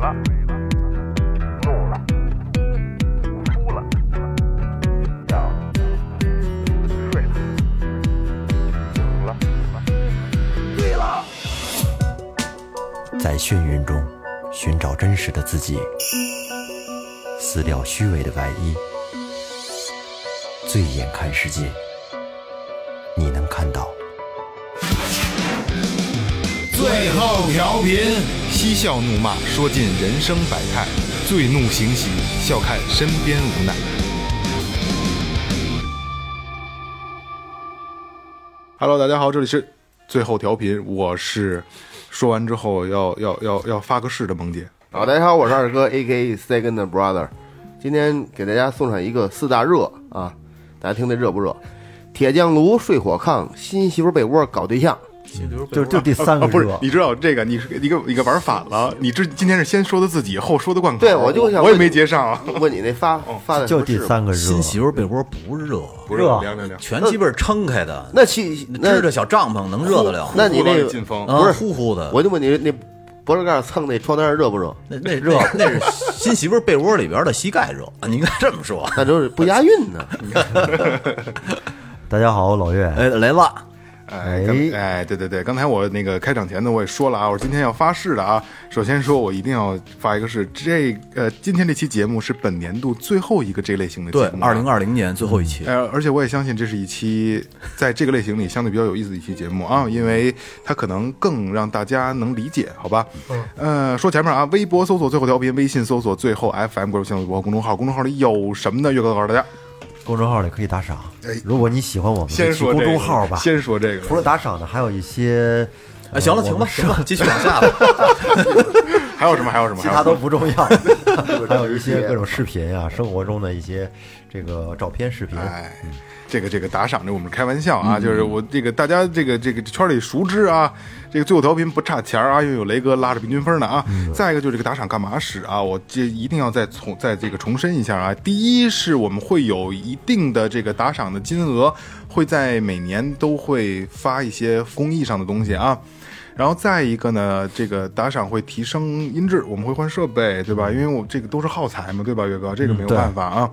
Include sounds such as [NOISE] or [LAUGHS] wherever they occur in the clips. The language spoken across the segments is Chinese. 了，怒了，哭了，笑了，睡了，醒了，醉了。在眩晕中寻找真实的自己，撕掉虚伪的外衣，醉眼看世界，你能看到。最后调频，嬉笑怒骂，说尽人生百态；醉怒行喜，笑看身边无奈。Hello，大家好，这里是最后调频，我是说完之后要要要要发个誓的萌姐。好，大家好，我是二哥，A.K.A. Second Brother。今天给大家送上一个四大热啊，大家听这热不热？铁匠炉、睡火炕、新媳妇被窝、搞对象。就就第三个啊，不是热，你知道这个，你是你给你给玩反了。你这今天是先说的自己，后说的贯口。对我就想我也没接上啊。问你那发发的就第是吧三个热新，媳妇被窝不热，啊不是，凉凉凉。全鸡巴是撑开的，呃那气那支着小帐篷能热得了？那你那呼个呼进风啊不是呼呼的，我就问你那脖子盖蹭那床单热不热？那那热，那是新媳妇被窝里边的膝盖热，啊你应该这么说。那就是不押 [LAUGHS] 韵呢。大家好，我老岳，哎，雷子，哎，刚哎，对对对，刚才我那个开场前呢，我也说了啊，我今天要发誓的啊。首先说，我一定要发一个誓，这呃，今天这期节目是本年度最后一个这类型的节对目、，啊二零。二零年最后一期，呃，而且我也相信这是一期在这个类型里相对比较有意思的一期节目啊，因为它可能更让大家能理解，好吧？嗯，呃，说前面啊，微博搜索最后调频，微信搜索最后 FM 关注新浪微博公众号，公众号里有什么呢？岳哥告诉大家，公众号里可以打赏。如果你喜欢我们，哎先就去说这公个众号吧。先说这个，除了打赏呢，还有一些，哎，行了，呃行我吧，们行吧，继续往下 [LAUGHS] 吧。还有什么？还有什么？其还有他什么都不重 [LAUGHS] 要，还有一些各种视频啊，生活中的一些这个照片、视频。哎，这个这个打赏这我们开玩笑啊，就是我这个大家这个这个圈里熟知啊，这个最后调频不差钱儿啊，又有雷哥拉着平均分呢啊。再一个就是这个打赏干嘛使啊？我这一定要再重再这个重申一下啊。第一是我们会有一定的这个打赏的金额，会在每年都会发一些公益上的东西啊。然后再一个呢，这个打赏会提升音质，我们会换设备，对吧？因为我这个都是耗材嗯嘛，对吧，岳哥？这个没有办法啊，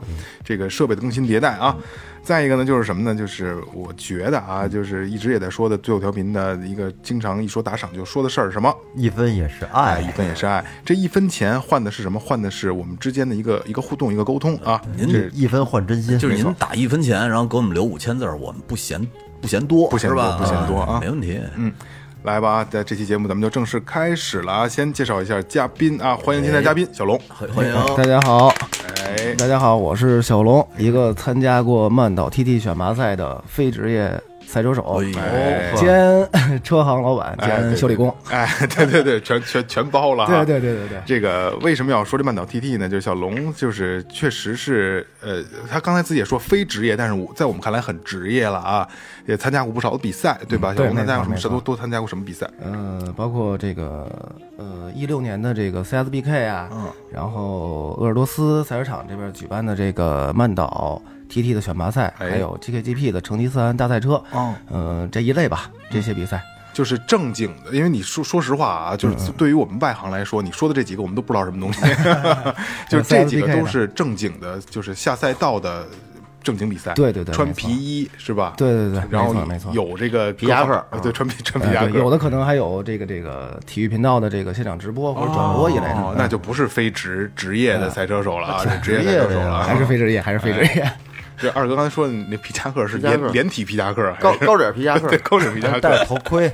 这个设备的更新迭代啊。再一个呢，就是什么呢？就是我觉得啊，就是一直也在说的最后调频的一个经常一说打赏就说的事儿是什么？一分也是哎，一爱，分也是爱，这一分钱换的是什么？换的是我们之间的一个一个互动，一个沟通啊。您这一分换真心。就是没您错打一分钱，然后给我们留五千字儿，我们不嫌不嫌多，不嫌是吧？多不嫌多啊没问题。嗯，来吧，在这期节目咱们就正式开始了啊！先介绍一下嘉宾啊，欢迎今天的嘉宾小龙。欢欢迎大家好，哦哎，大家好，我是小龙，一个参加过曼岛 TT 选拔赛的非职业赛车手，哎兼车行老板哎对啊兼修理工。哎， [LAUGHS] 对对对，全全全包了哈。对对对对对，这个为什么要说这半岛 TT 呢？就是小龙，就是确实是，呃，他刚才自己也说非职业，但是我在我们看来很职业了啊，也参加过不少的比赛，对吧？小嗯对龙参加过没什错么？没错都都参加过什么比赛？呃，包括这个呃一六年的这个 CSBK 啊，嗯然后鄂尔多斯赛车场这边举办的这个曼岛 TT 的选拔赛，哎还有 GKGP 的成吉思汗大赛车，哦嗯、这一类吧，这些比赛。就是正经的，因为你说说实话啊，嗯就是对于我们外行来说，你说的这几个我们都不知道什么东 [LAUGHS] 西， [LAUGHS] 就是这几个 CSBK 都的是正经的，就是下赛道的正经比赛。对对对穿没错皮衣是吧？对对对，然后没错没错。有这个皮夹克克，对，穿皮穿皮呃夹克，对有的可能还有这个这个体育频道的这个现场直播或者转播一类的，哦，那就不是非职职业的赛车手了啊，是职业职业赛车的哎手了呀啊。哎还是非哎职业，还是非职业。这二哥刚才说的你那皮夹克是皮夹克连连体皮夹克，还高是高点皮夹 [LAUGHS] 克对，高领皮 [LAUGHS] 夹戴克着。头盔，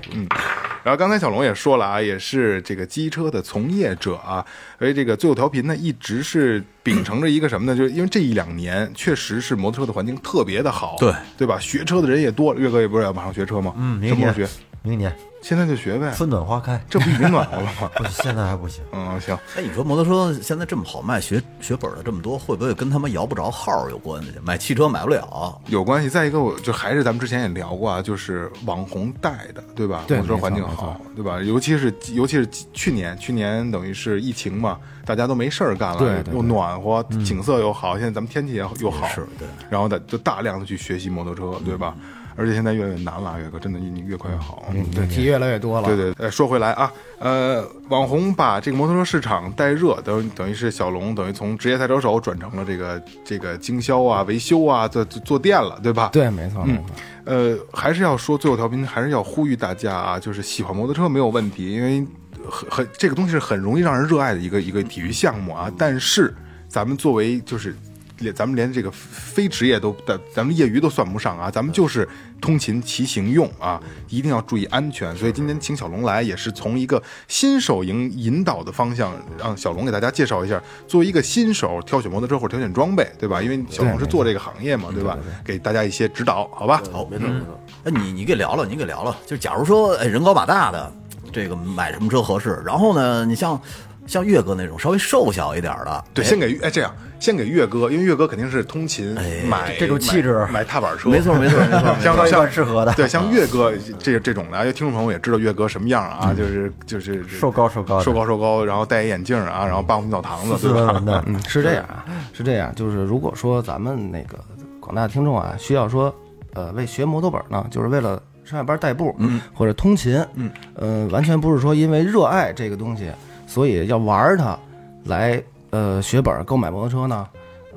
然后刚才小龙也说了啊，也是这个机车的从业者啊，所以这个最后调频呢，一直是秉承着一个什么呢？就是因为这一两年确实是摩托车的环境特别的好，对对吧？学车的人也多了，岳哥也不是要马上学车吗？嗯，什明么时候年学？明年现在就学 [LAUGHS] 呗，春暖花开，这不已经暖和了吗？不行，现在还不行。嗯，行。哎，你说摩托车现在这么好卖，学学本儿的这么多，会不会跟他们摇不着号儿有关系？买汽车买不了，有关系。再一个，我就还是咱们之前也聊过啊，就是网红带的，对吧？对我说没错环境没好错，对吧？尤其是尤其是去年，去年等于是疫情嘛，大家都没事儿干了，对对对嗯又暖和，景色又好，现在咱们天气也又好，是对。嗯然后大就大量的去学习摩托车，对吧？而且现在越来越难了，岳哥，真的你越快越好。嗯， [LAUGHS] 对，题越来越多了。对对，呃，说回来啊，呃，网红把这个摩托车市场带热，等于等于是小龙等于从职业赛车手转成了这个这个经销啊、维修啊、做做做店了，对吧？对，没错，没错。呃，还是要说最后调频，还是要呼吁大家啊，就是喜欢摩托车没有问题，因为很很这个东西是很容易让人热爱的一个一个体育项目啊。但是咱们作为就是连咱们连这个非职业都咱咱们业余都算不上啊，咱们就是通勤骑行用啊，一定要注意安全。所以今天请小龙来，也是从一个新手营引导的方向，让小龙给大家介绍一下，作为一个新手挑选摩托车或者挑选装备，对吧？因为小龙是做这个行业嘛，对吧？给大家一些指导，好吧？好，没错没错。哎，你你给聊聊，你给聊聊。就假如说，哎，人高马大的，这个买什么车合适？然后呢，你像像岳哥那种稍微瘦小一点的，对，哎先给哎这样，先给岳哥，因为岳哥肯定是通勤买这种气质买买踏板车，没错没错没 [LAUGHS] 错，像没错像适合的对，像岳哥这这种的，因为听众朋友也知道岳哥什么样啊，就是就是瘦高瘦高的瘦高瘦高，然后戴一眼镜啊，然后八红澡堂子，斯对文吧？文的，嗯，是这样啊，是这样，就是如果说咱们那个广大听众啊，需要说，呃，为学摩托本呢，就是为了上下班代步，嗯，或者通勤，嗯，呃，完全不是说因为热爱这个东西，所以要玩儿它来，呃，学本儿购买摩托车呢，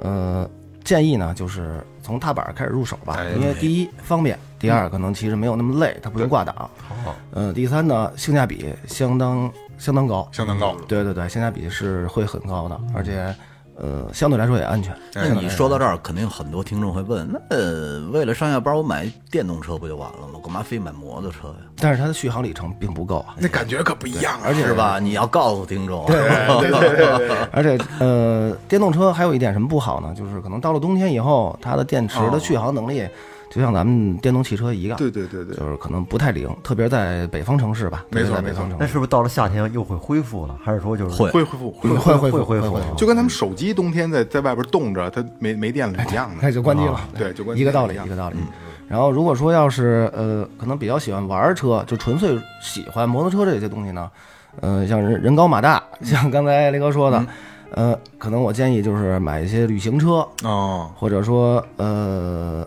呃，建议呢就是从踏板开始入手吧，因为第一方便，第二可能其实没有那么累，它不用挂档，呃，第三呢性价比相当相当高，相当高。对对对，性价比是会很高嗯的，而且呃相对来说也安全。哎那你说到这儿，肯定很多听众会问：那呃为了上下班，我买电动车不就完了吗？干嘛非买摩托车呀？但是它的续航里程并不够啊，那感觉可不一样啊！是吧？你要告诉听众， [LAUGHS] 而且呃电动车还有一点什么不好呢？就是可能到了冬天以后，它的电池的续航能力就像咱们电动汽车一 [LAUGHS] 样，哦对对对对就是可能不太灵，特别在北方城市吧，没错特别在北方城那市是不是到了夏天又会恢复了？还是说就是会会恢复会，会会会会恢会复？就跟咱们手机冬天在在外边冻着，它没没电了是一样那的。啊就关机了，对就关机一个道一理样嗯一个道理。然后如果说要是呃可能比较喜欢玩车，就纯粹喜欢摩托车这些东西呢，呃像人人高马大，像刚才雷哥说嗯的，呃可能我建议就是买一些旅行车，哦，或者说呃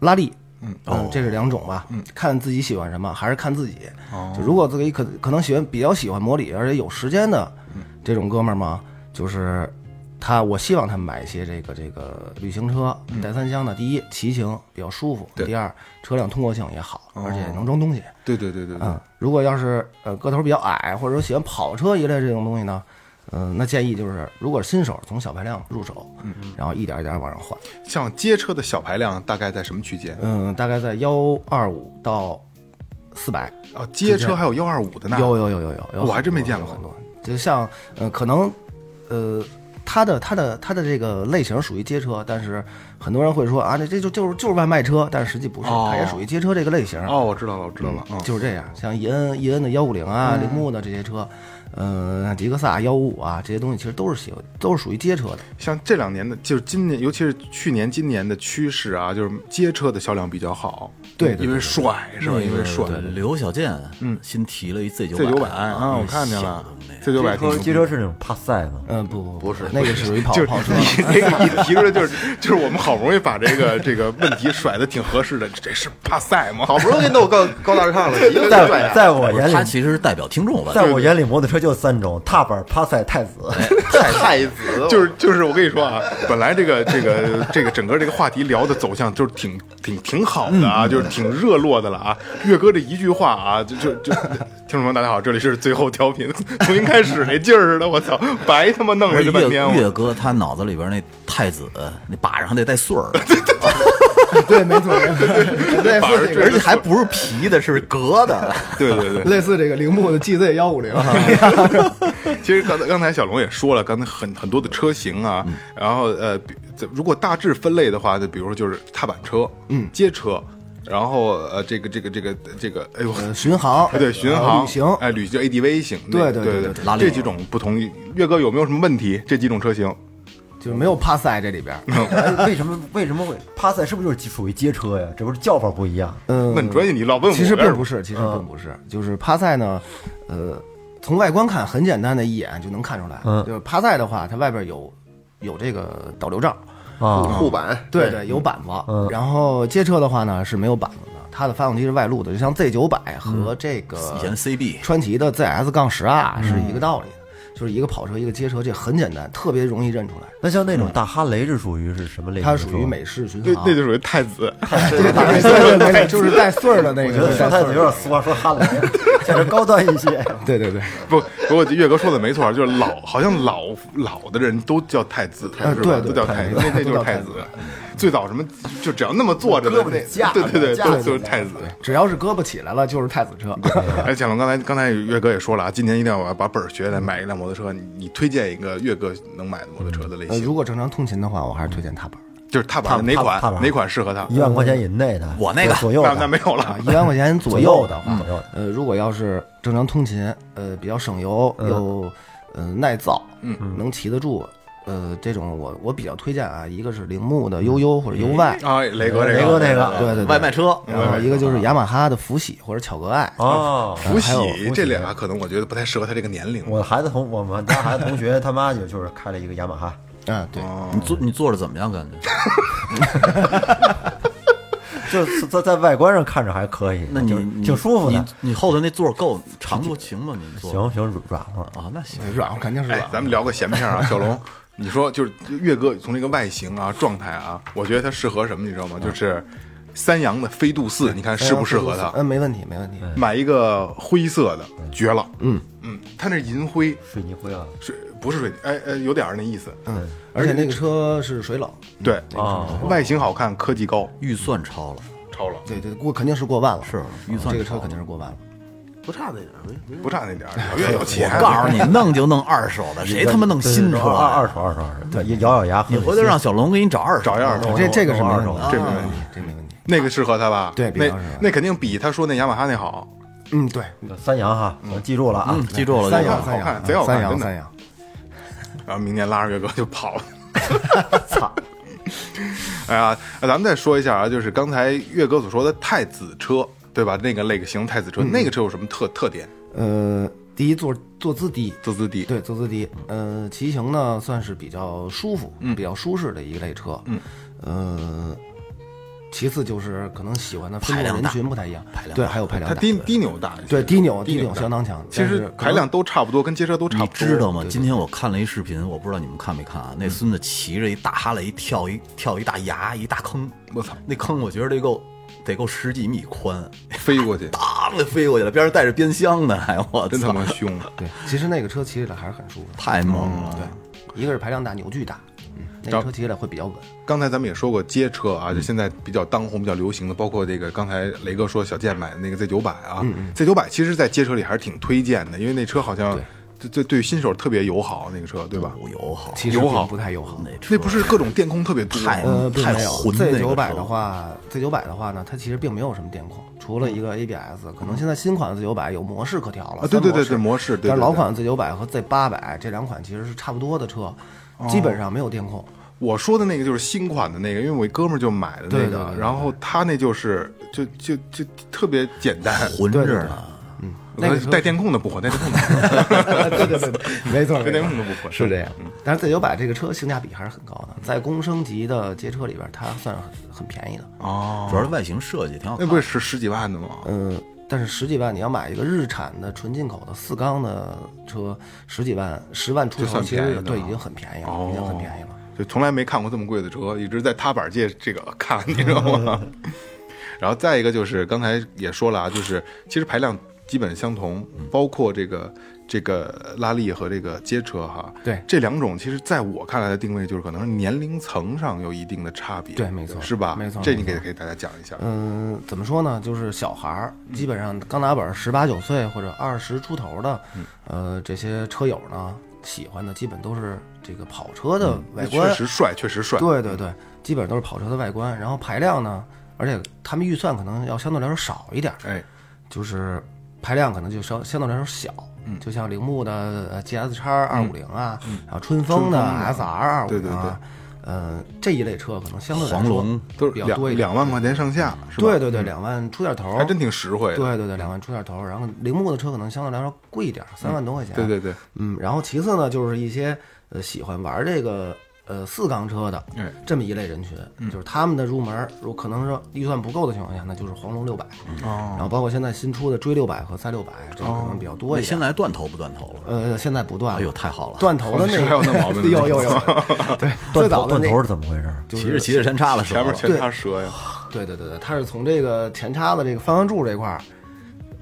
拉力，嗯、这是两种吧，嗯，看自己喜欢什么，还是看自己。哦，就如果自己可可能喜欢比较喜欢摩里，而且有时间的这种哥们儿嘛，就是他，我希望他买一些这个这个旅行车带三厢的。第一，骑行比较舒服；对第二，车辆通过性也好，而且能装东西。对对对对对嗯，如果要是呃个头比较矮，或者说喜欢跑车一类这种东西呢，嗯、那建议就是，如果是新手，从小排量入手，嗯然后一点一点往上换，像街车的小排量大概在什么区间？嗯，大概在幺二五到四百，啊，街车还有幺二五的呢，有有有有有，有我还很真没多见有过很多，就像呃，可能呃，它的它的它的这个类型属于街车，但是很多人会说啊，那这就就是就是外卖车，但实际不是，它也属于街车这个类型。哦，我知道了，我知道了，嗯，就是这样，像伊恩、伊恩的幺五零啊、铃木的这些车，呃，迪克萨幺五五啊，这些东西其实都是喜欢，都是属于街车的。像这两年的，就是今年，尤其是去年、今年的趋势啊，就是街车的销量比较好。对对对因为帅是吧？ [LAUGHS] 因为帅。对刘小健，嗯，新提了一 Z 九 C 九百百哎啊，我看见了，C 九街百车街车是那种帕赛吗？嗯、不不不是，那个是属于跑就是跑车。你这个一提出来， [LAUGHS] 就是就是我们好不容易把这个这个问题甩的挺合适的，这是帕赛吗？好不容易弄高高大上了，一个在对呀在我眼他里，其实是代表听众问在我眼里，摩托车就三种：踏板、帕赛、太子。太子， [LAUGHS] 就是就是我跟你说啊，本来这个这个这个整个这个话题聊的走向就是挺挺挺好的啊，就是挺热络的了啊。岳哥这一句话啊，就就就听众朋友大家好，这里是最后调频，重新开始那劲儿似的，我操，白他妈弄了而这且半岳天，我哎岳哥他脑子里边那太子那把上还得带穗 [LAUGHS] 儿，对，没错，没错类似这而且还不是皮的，是革的。对对对，类似这个铃木的 GZ 幺五零，其实刚才刚才小龙也说了，刚才很很多的车型啊，然后呃，比如果大致分类的话，就比如说就是踏板车，嗯，街车，然后呃，这个这个这个这个，哎呦。呃巡 [LAUGHS] 航，哎，对，巡呃航、旅行，哎，旅行 ADV 型，那对对对对对对拉力这几种不同。岳哥有没有什么问题？这几种车型，就是没有帕赛这里边。哎为什么为什么 [LAUGHS] 会帕赛是不是就是属于街车呀？只不过叫法不一样。嗯，问专业你老问我，其实并不是。是，其实嗯并不是，就是帕赛呢，呃，从外观看很简单的一眼就能看出来，嗯就是帕赛的话，它外边有有这个导流罩，护啊护板，对对，嗯有板子。然后街车的话呢是没有板子的，它的发动机是外露的，就像 Z 九百和这个 [LAUGHS] 以前 CB 川崎的 ZS 杠十 R 是一个道理的，就是一个跑车一个街车，这很简单，特别容易认出来。那像那种大哈雷是属于是什么类型它的属车于美式巡那航，那就属于太子，对对对对对，就是带穗儿的那我个，觉得说带穗太儿子有点俗啊，说哈雷，显得高端一 [LAUGHS] 些。对对对，不，不过岳哥说的没错，就是老，好像老老的人都叫太子，哎是吧对对都叫太太子子，那那都就叫是太太子子。最早什么，就只要那么坐着的胳膊那得架，着对对对，架着对就是太子。只要是胳膊起来了就是太子车。哎，蒋龙，刚才刚才岳哥也说了啊，今年一定要把本儿学来买一辆摩托车。你你推荐一个岳哥能买的摩托车的类呃，型，如果正常通勤的话，我还是推荐踏板。就是踏板的哪踏踏款板哪款适合他？一万块钱以内的，我那个左右那的那没有了 [LAUGHS] 啊，，一万块钱左右的话左右的，呃，如果要是正常通勤，呃，比较省油又呃耐造，嗯，能骑得住，呃，这种我我比较推荐啊，一个是铃木的悠悠或者 UY，啊，雷哥这个，雷哥那个对对对，外卖车，然后一个就是雅马哈的福喜或者巧格爱，哦。福还有喜这俩可能我觉得不太适合他这个年龄。我的孩子同我们家孩子同学他妈也就是开了一个雅马哈，啊，对，你坐你坐着怎么样？感觉？就是在在外观上看着还可以，那你就是你挺舒服的。你你后头那座儿够长度行吗？你坐行行，软和，啊，那行。软肯定是哎软，，咱们聊个闲片儿啊，小龙，你说就是岳哥从这个外形啊、状态啊，我觉得他适合什么，你知道吗？就是三阳的飞度四，你看适不适合他？嗯，没问题，没问题。买一个灰色的，绝了。嗯嗯，他那银灰水泥灰啊，是不是水泥？哎哎，有点儿那意思。嗯，而且那个车是水冷，对啊，外形好看，科技高，预算超了，超了，对对，过肯定是过万了，是预算这个车超肯定是过万了。不差那点儿，没没不差那点儿。越有我钱，告诉你，弄就弄二手的，哎谁他妈弄新车二啊？二手二手二手，对，咬咬牙，你回头让小龙给你找二手，找一二手，这这个是没问题的，这没问问题题，这没问题。那个适合他吧？啊对比较那适合那肯定比他说那雅马哈那好。嗯，对，三阳哈，我记住了啊嗯，，记住了，三记住了阳，三好看阳，贼好看三阳，真的三阳。然后明年拉着岳哥就跑 [LAUGHS] 了。 [LAUGHS] 操！哎呀，咱们再说一下啊，就是刚才岳哥所说的太子车，对吧？那个类型太子嗯车，那个车有什么特特点？呃，第一坐坐姿低，坐姿低，对，坐姿低。呃，骑行呢算是比较舒服、嗯比较舒适的一类车。嗯，呃，其次就是可能喜欢的分排众量人大群不太一样排，量对，大还有排量它大，低低扭大，对低扭低扭大相当强。其但是实可能排量都差不多，跟街车都差你不多。知道吗？今天我看了一视频，我不知道你们看没看啊？那孙子骑着一大哈雷跳一跳一大崖一大坑，我操！那坑我觉得得够得够十几米宽，飞过 [LAUGHS] 去，当就飞过去了，边上带着鞭箱呢，还我真他操！妈凶！对，其实那个车骑起来还是很舒服的。太猛了，一个是排量大，扭矩大，嗯，那然个后车骑起来会比较稳。刚才咱们也说过街车嗯啊，就现在比较当红、比较流行的，包括这个刚才雷哥说小健买的那个 Z 九百啊，Z 嗯九百其实在街车里还是挺推荐的，因为那车好像对对对新手特别友好，那个车对吧？不友哎好，其实友好并不太友好。那车那不是各种电控特别多吗，太呃，并太没有混那 Z 个九百车的话，Z 九百的话呢，它其实并没有什么电控，除了一个 ABS，可能现在新款的 Z 九百有模式可调了。嗯啊对对对对三模式对对但是老对款的 Z 九百和 Z 八百这两款其实是差不多的车，哦基本上没有电控。我说的那个就是新款的那个，因为我一哥们儿就买的那个，对对对对然后他那就是就就就特别简单，混 [LAUGHS] 着呢。那个车带电控的不混，带电控的 [LAUGHS] 不混，对对对，没错，带电控的不嗯混，是这样。但是 Z 九百这个车性价比还是很高的，在工升级的街车里边，它算是很很便宜的。哦。主要是外形设计挺好那看不。是十十几万的吗？嗯，但是十几万你要买一个日产的纯进口的四缸的车，十几万、十万出就头，算其便宜实的对了已经很便宜了，哦已经很便宜了。就从来没看过这么贵的车，一直在踏板界这个看，你知道吗？ [LAUGHS] 然后再一个就是刚才也说了啊，就是其实排量基本相同，嗯包括这个这个拉力和这个街车哈，对这两种其实在我看来的定位就是可能是年龄层上有一定的差别，对没错是吧？没错这你没给错给大家讲一下，嗯，怎么说呢？就是小孩儿，基本上刚拿本十八九岁或者二十出头的，呃，这些车友呢，喜欢的基本都是这个跑车的外观，嗯确实帅，确实帅，对对对，基本都是跑车的外观。然后排量呢，而且他们预算可能要相对来说少一点，哎，就是排量可能就稍相对来说小，嗯，就像铃木的呃 GS 叉二五零啊，嗯然后春风的 SR 二五对对零对啊，呃，这一类车可能相对来黄说龙都是比较多两一点，两万块钱上下，是吧？嗯对对对，两万出点头，还真挺实惠的，对对对，两万出点头。然后铃木的车可能相对来说贵一点，三万多块钱，嗯对对对，嗯，然后其次呢，就是一些呃喜欢玩这个。呃四缸车的哎嗯这么一类人群，就是他们的入门，如果可能是预算不够的情况下，那就是黄龙六百，嗯然后包括现在新出的追六百和塞六百，这个可哦能比较多那一现些。在断头不断头了？呃，现在不断了，哎呦太好了断 [LAUGHS] 头的那个还啊有那毛病呢 [LAUGHS] [LAUGHS] 有有有，对，最断早头的断那头是怎么回事？骑着骑着山叉了，是吧哎前面全插蛇呀，对对对对，它是从这个前叉子这个方向柱这块儿，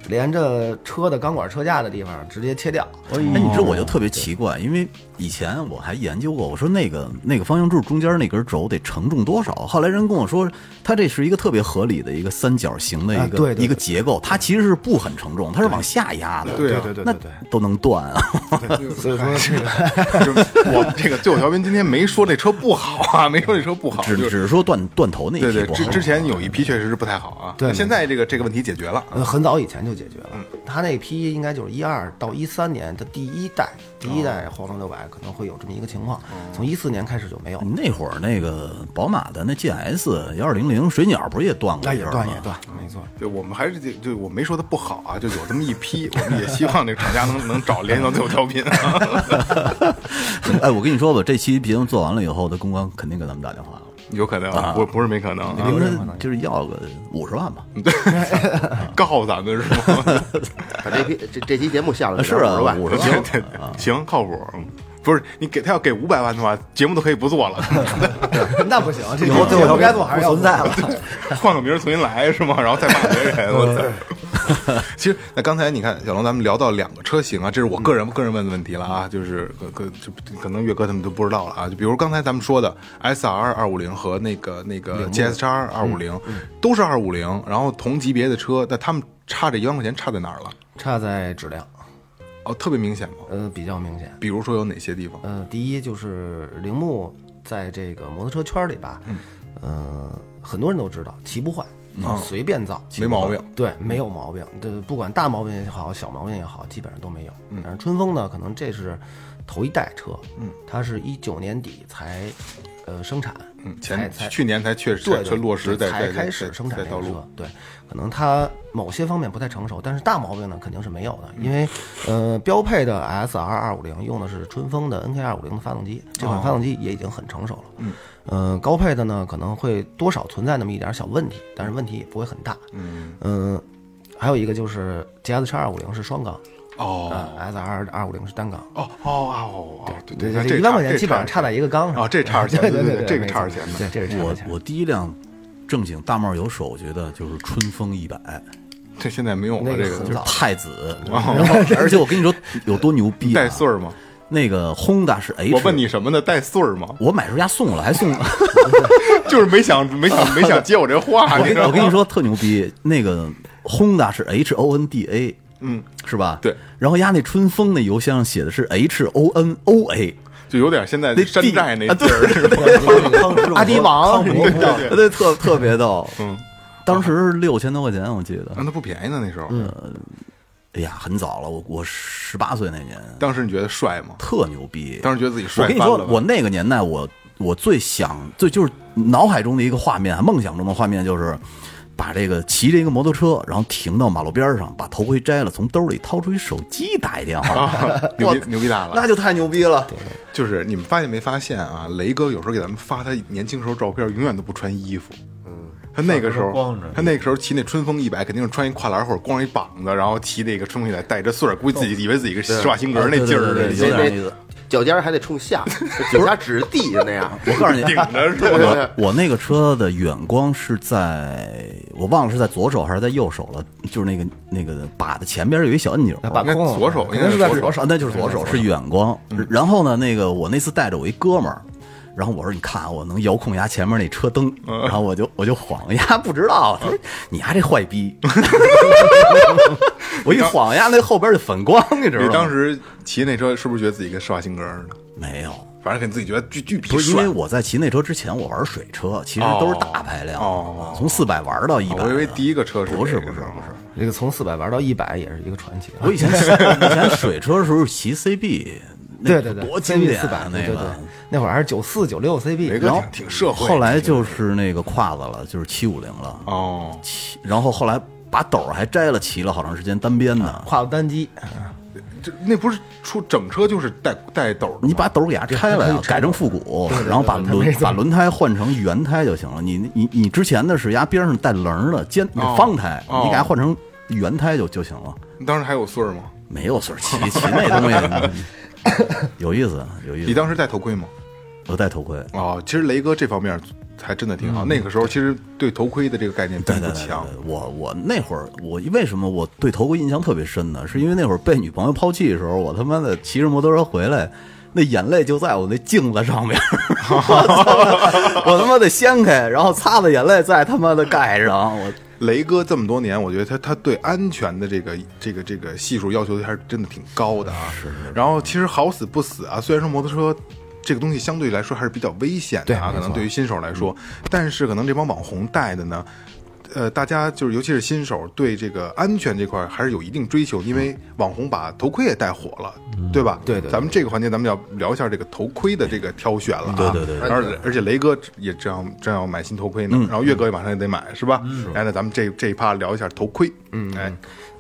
连着车的钢管车架的地方直接切掉。哎，你知道我就特别奇怪，因为以前我还研究过，我说那个那个方向柱中间那根轴得承重多少？后来人跟我说，它这是一个特别合理的一个三角形的一个、啊对对一个结构，它其实是不很承重，它是往下压的，对啊对对那对对，都能断啊！ [LAUGHS] 所以说这个就是我这个最后调频今天没说那车不好啊，没说那车不好，只就只是是说断断头那一对批对，不之好之前有一批确实是不太好啊，对现在这个这个问题解决了，啊呃很早以前就解决了。它那批应该就是一二到一三年的第一代，第一代黄龙六百可能会有这么一个情况，从一四年开始就没有。你那会儿那个宝马的那 GS 幺二零零水鸟不是也断过那一根儿吗？哎断，没错。对，我们还是就就我没说它不好啊，就有这么一批，我们也希望这个厂家能能找联系到最后调频、啊 [LAUGHS] 哎，我跟你说吧，这期节目做完了以后，的公关肯定给咱们打电话了。 [LAUGHS] 有可能啊，不不是没可能啊，你们就是要个五十万吧？告咱们是 [LAUGHS] 吗？把这批这这期节目下了是啊吧？ [LAUGHS] 50行对对行，靠谱。嗯不是你给他要给五百万的话，节目都可以不做了，那不行，这以后最后不调该做还是要不存在了。 [LAUGHS] 换个名儿重新来是吗？ [LAUGHS] 然后再骂别人，我操！ [LAUGHS] 其实那刚才你看小龙，咱们聊到两个车型啊，这是我个人、 [LAUGHS] 个人问的问题了啊，就是可可就可能岳哥他们都不知道了啊。就比如刚才咱们说的 S R 二五零和那个那个 G S X 二五零嗯都是二五零，然后同级别的车，那他们差这一万块钱差在哪儿了？差在质量，哦，特别明显吗？呃，比较明显。比如说有哪些地方？呃，第一就是铃木在这个摩托车圈里吧，嗯呃，很多人都知道骑不坏，随便造，啊没毛病。对，没有毛病。这不管大毛病也好，小毛病也好，基本上都没有。嗯但是春风呢，可能这是头一代车，嗯，它是一九年底才呃生产，嗯，才前才去年才确实对才对才落实在对才在开在始在生产在这道个路车，对，可能它某些方面不太成熟，但是大毛病呢肯定是没有的，因为呃标配的 S R 二五零用的是春风的 N K 二五零的发动机，这哦款发动机也已经很成熟了，嗯，呃高配的呢可能会多少存在那么一点小问题，但是问题也不会很大，嗯还有一个就是 G S 叉二五零是双缸，哦。啊 S R 二五零是单缸。哦哦哦哦！对对这这一万差块钱这基本上差在一个缸上啊这差点钱 [LAUGHS] 对对对对对，这个没差点错钱呢对，这是差我点钱。我第一辆正经大帽有手，我觉得就是春风一百，这现在没有了那个这个很就是早太子。然后，而且我跟你说有多牛逼、啊，带穗儿 [LAUGHS] 吗？那个 Honda 是 H。我问，你什么呢？带穗儿吗？我买时候家送了，还送。就是没想没想没想接我这话， [LAUGHS] 我你知跟道我吗跟你，说特牛逼，那个 Honda 是 H O N D A，嗯，是吧？对。然后压那春风那邮箱上写的是 H O N O A，就有点现在那山地寨那啊劲儿，是吧阿迪王什么的，对对，特特别逗。嗯，当时六千多块钱，我记得。那不便宜呢那时候。嗯哎呀，很早了，我我十八岁那年，当时你觉得帅 [LAUGHS] 吗？特牛逼。当时觉得自己帅我跟你翻说了，吧我那个年代，我我最想最就是脑海中的一个画面，梦想中的画面就是把这个骑着一个摩托车，然后停到马路边上，把头盔摘了，从兜里掏出一手机打一电啊话，牛逼牛逼大了。那就太牛逼了。就是你们发现没发现啊？雷哥有时候给咱们发他年轻时候照片，永远都不穿衣服。他那个时候，上身光着他那个时候骑那春风一百，肯定是穿一跨栏或者光着一膀子，然后骑那个春风一百，带着穗儿，估计自己以为自己是施瓦辛格那劲儿对对呢，对有那点意那思脚尖儿还得冲下，脚尖指着地就那样。我告 [LAUGHS] 诉你，顶着是吧？我我那个车的远光是在我忘了是在左手还是在右手了，就是那个那个把的前边有一小按钮，把应该空了左手可应能该是嗯是左手在嗯左手啊，，那就是左手是远光。然后呢，那个我那次带着我一哥们儿，然后我说你看啊我能遥控一下前面那车灯，嗯然后我就我就晃 [LAUGHS] 呀，不知道，他说 [LAUGHS] 你丫这 [LAUGHS] 坏逼，我一晃呀，那后边就反光，你知道你吗？当时骑那车是不是觉得自己跟施瓦辛格似的？没有。反正给自己觉得巨巨逼不是因帅为。我在骑那车之前，我玩水车，其实都是大排量，哦从四百玩到一百。我以为第一个车是不是这个不是呢不是，这个从四百玩到一百也是一个传奇。我以前 [LAUGHS] 以前水车的时候骑 CB，那对对对，多经典四啊百那对对个。，那会儿还是九四九六 CB，雷哥然后挺挺社会。后来就是那个胯子了，就是七五零了，哦，啊骑然后后来把斗儿还摘了，骑了好长时间单边呢。跨单机，这那不是出整车就是带带斗的吗，你把斗儿给它拆了呀，改成复古，然后把轮把轮胎换成原胎就行了。你你你之前的是压边上带棱儿的尖哦方胎，哦你给它换成原胎就就行了。你当时还有穗儿吗？没有穗儿骑骑那东西， [LAUGHS] 有意思有意你思。当时戴头盔吗？我戴头盔，哦，其实雷哥这方面还真的挺好。那个时候其实对头盔的这个概念并不强，呃我我那会儿我为什么我对头盔印象特别深呢？是因为那会儿被女朋友抛弃的时候，我他妈的骑着摩托车回来，那眼泪就在我那镜子上面， [LAUGHS] 我他妈我他妈的掀开，然后擦擦眼泪，再他妈的盖上，我雷哥这么多年，我觉得他他对安全的这个这个这个系数要求还是真的挺高的啊。是然后其实好死不死啊，虽然说摩托车。这个东西相对来说还是比较危险的啊，可能对于嗯新手来说，但是可能这帮网红带的呢，呃，大家就是尤其是新手对这个安全这块还是有一定追求，因为网红把头盔也带火了，对吧？嗯对对。咱们这个环节咱们要聊一下这个头盔的这个挑选了、啊。对对对。而而且雷哥也正要正要买新头盔呢，然后岳哥也马上也得买，是吧？哎，那咱们这这一趴聊一下头盔。嗯，哎，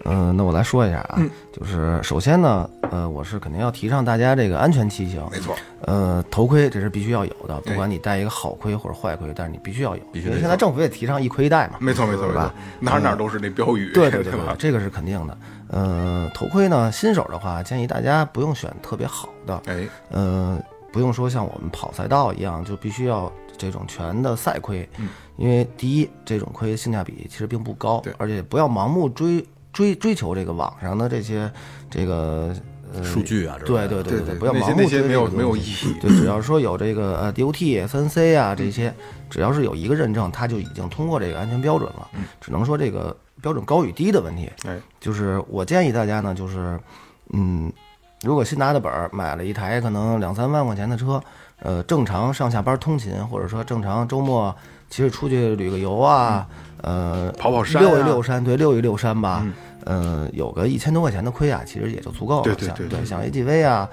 嗯，那我来说一下啊，就是首先呢，呃，我是肯定要提倡大家这个安全骑行，没错。呃，头盔这是必须要有的，不管你戴一个好盔或者坏盔，但是你必须要有，因为现在政府也提倡一盔一戴嘛，没错没错没是错吧？，哪儿哪儿都是那标语，对 [LAUGHS] 对对吧？这个是肯定的。呃，头盔呢，新手的话，建议大家不用选特别好的，哎，呃，不用说像我们跑赛道一样，就必须要这种全的赛盔，因为第一，这种盔性价比其实并不高对，而且不要盲目追追追求这个网上的这些这个呃数据啊这对对对对对不要那盲些目那些追没有这个东没有西意义对，只要说有这个呃 DOT、三 C 啊这些，只要是有一个认证，它就已经通过这个安全标准了，只能说这个标准高与低的问题。嗯哎，就是我建议大家呢，就是嗯，如果新拿的本儿买了一台可能两三万块钱的车，呃，正常上下班通勤，或者说正常周末其实出去旅个游嗯啊，呃，跑跑山啊嗯溜一溜山，对，溜一溜山吧，呃，有个一千多块钱的盔啊，其实也就足够了。对对像对对对像 AGV 啊，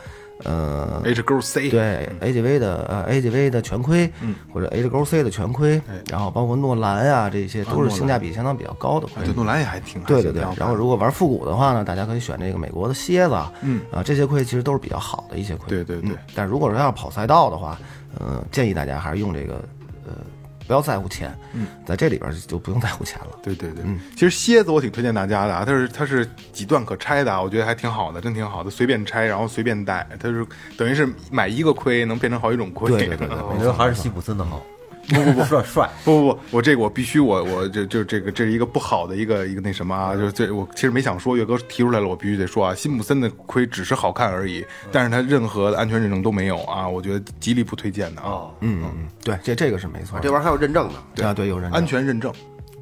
呃 H 勾 C，对 AGV 的呃 AGV 的全盔，嗯或者 H 勾 C 的全盔，哎然后包括诺兰啊这些都是性价比相当比较高的盔哎，。对，诺兰也还挺对对对还，挺然后如果玩复古的话呢，大家可以选这个美国的蝎子，嗯啊，这些盔其实都是比较好的一些盔。对对对嗯但如果说要跑赛道的话，呃，建议大家还是用这个呃，不要在乎钱，嗯，在这里边就不用在乎钱了。对对对，嗯其实蝎子我挺推荐大家的啊，它是它是几段可拆的啊，我觉得还挺好的，真挺好的，随便拆然后随便戴，它是等于是买一个盔能变成好几种盔。对 [LAUGHS] 对对对我觉得还是辛普森的好，不不不， [LAUGHS] 帅帅，不不不，我这个我必须我我这就这个这是一个不好的一个一个那什么啊，嗯就这我其实没想说，岳哥提出来了，我必须得说啊，辛普森的盔只是好看而已，但是它任何的安全认证都没有啊，我觉得极力不推荐的啊，嗯嗯嗯，对，这这个是没错的。这玩意儿还有认证呢，对啊，对有人安，全认证。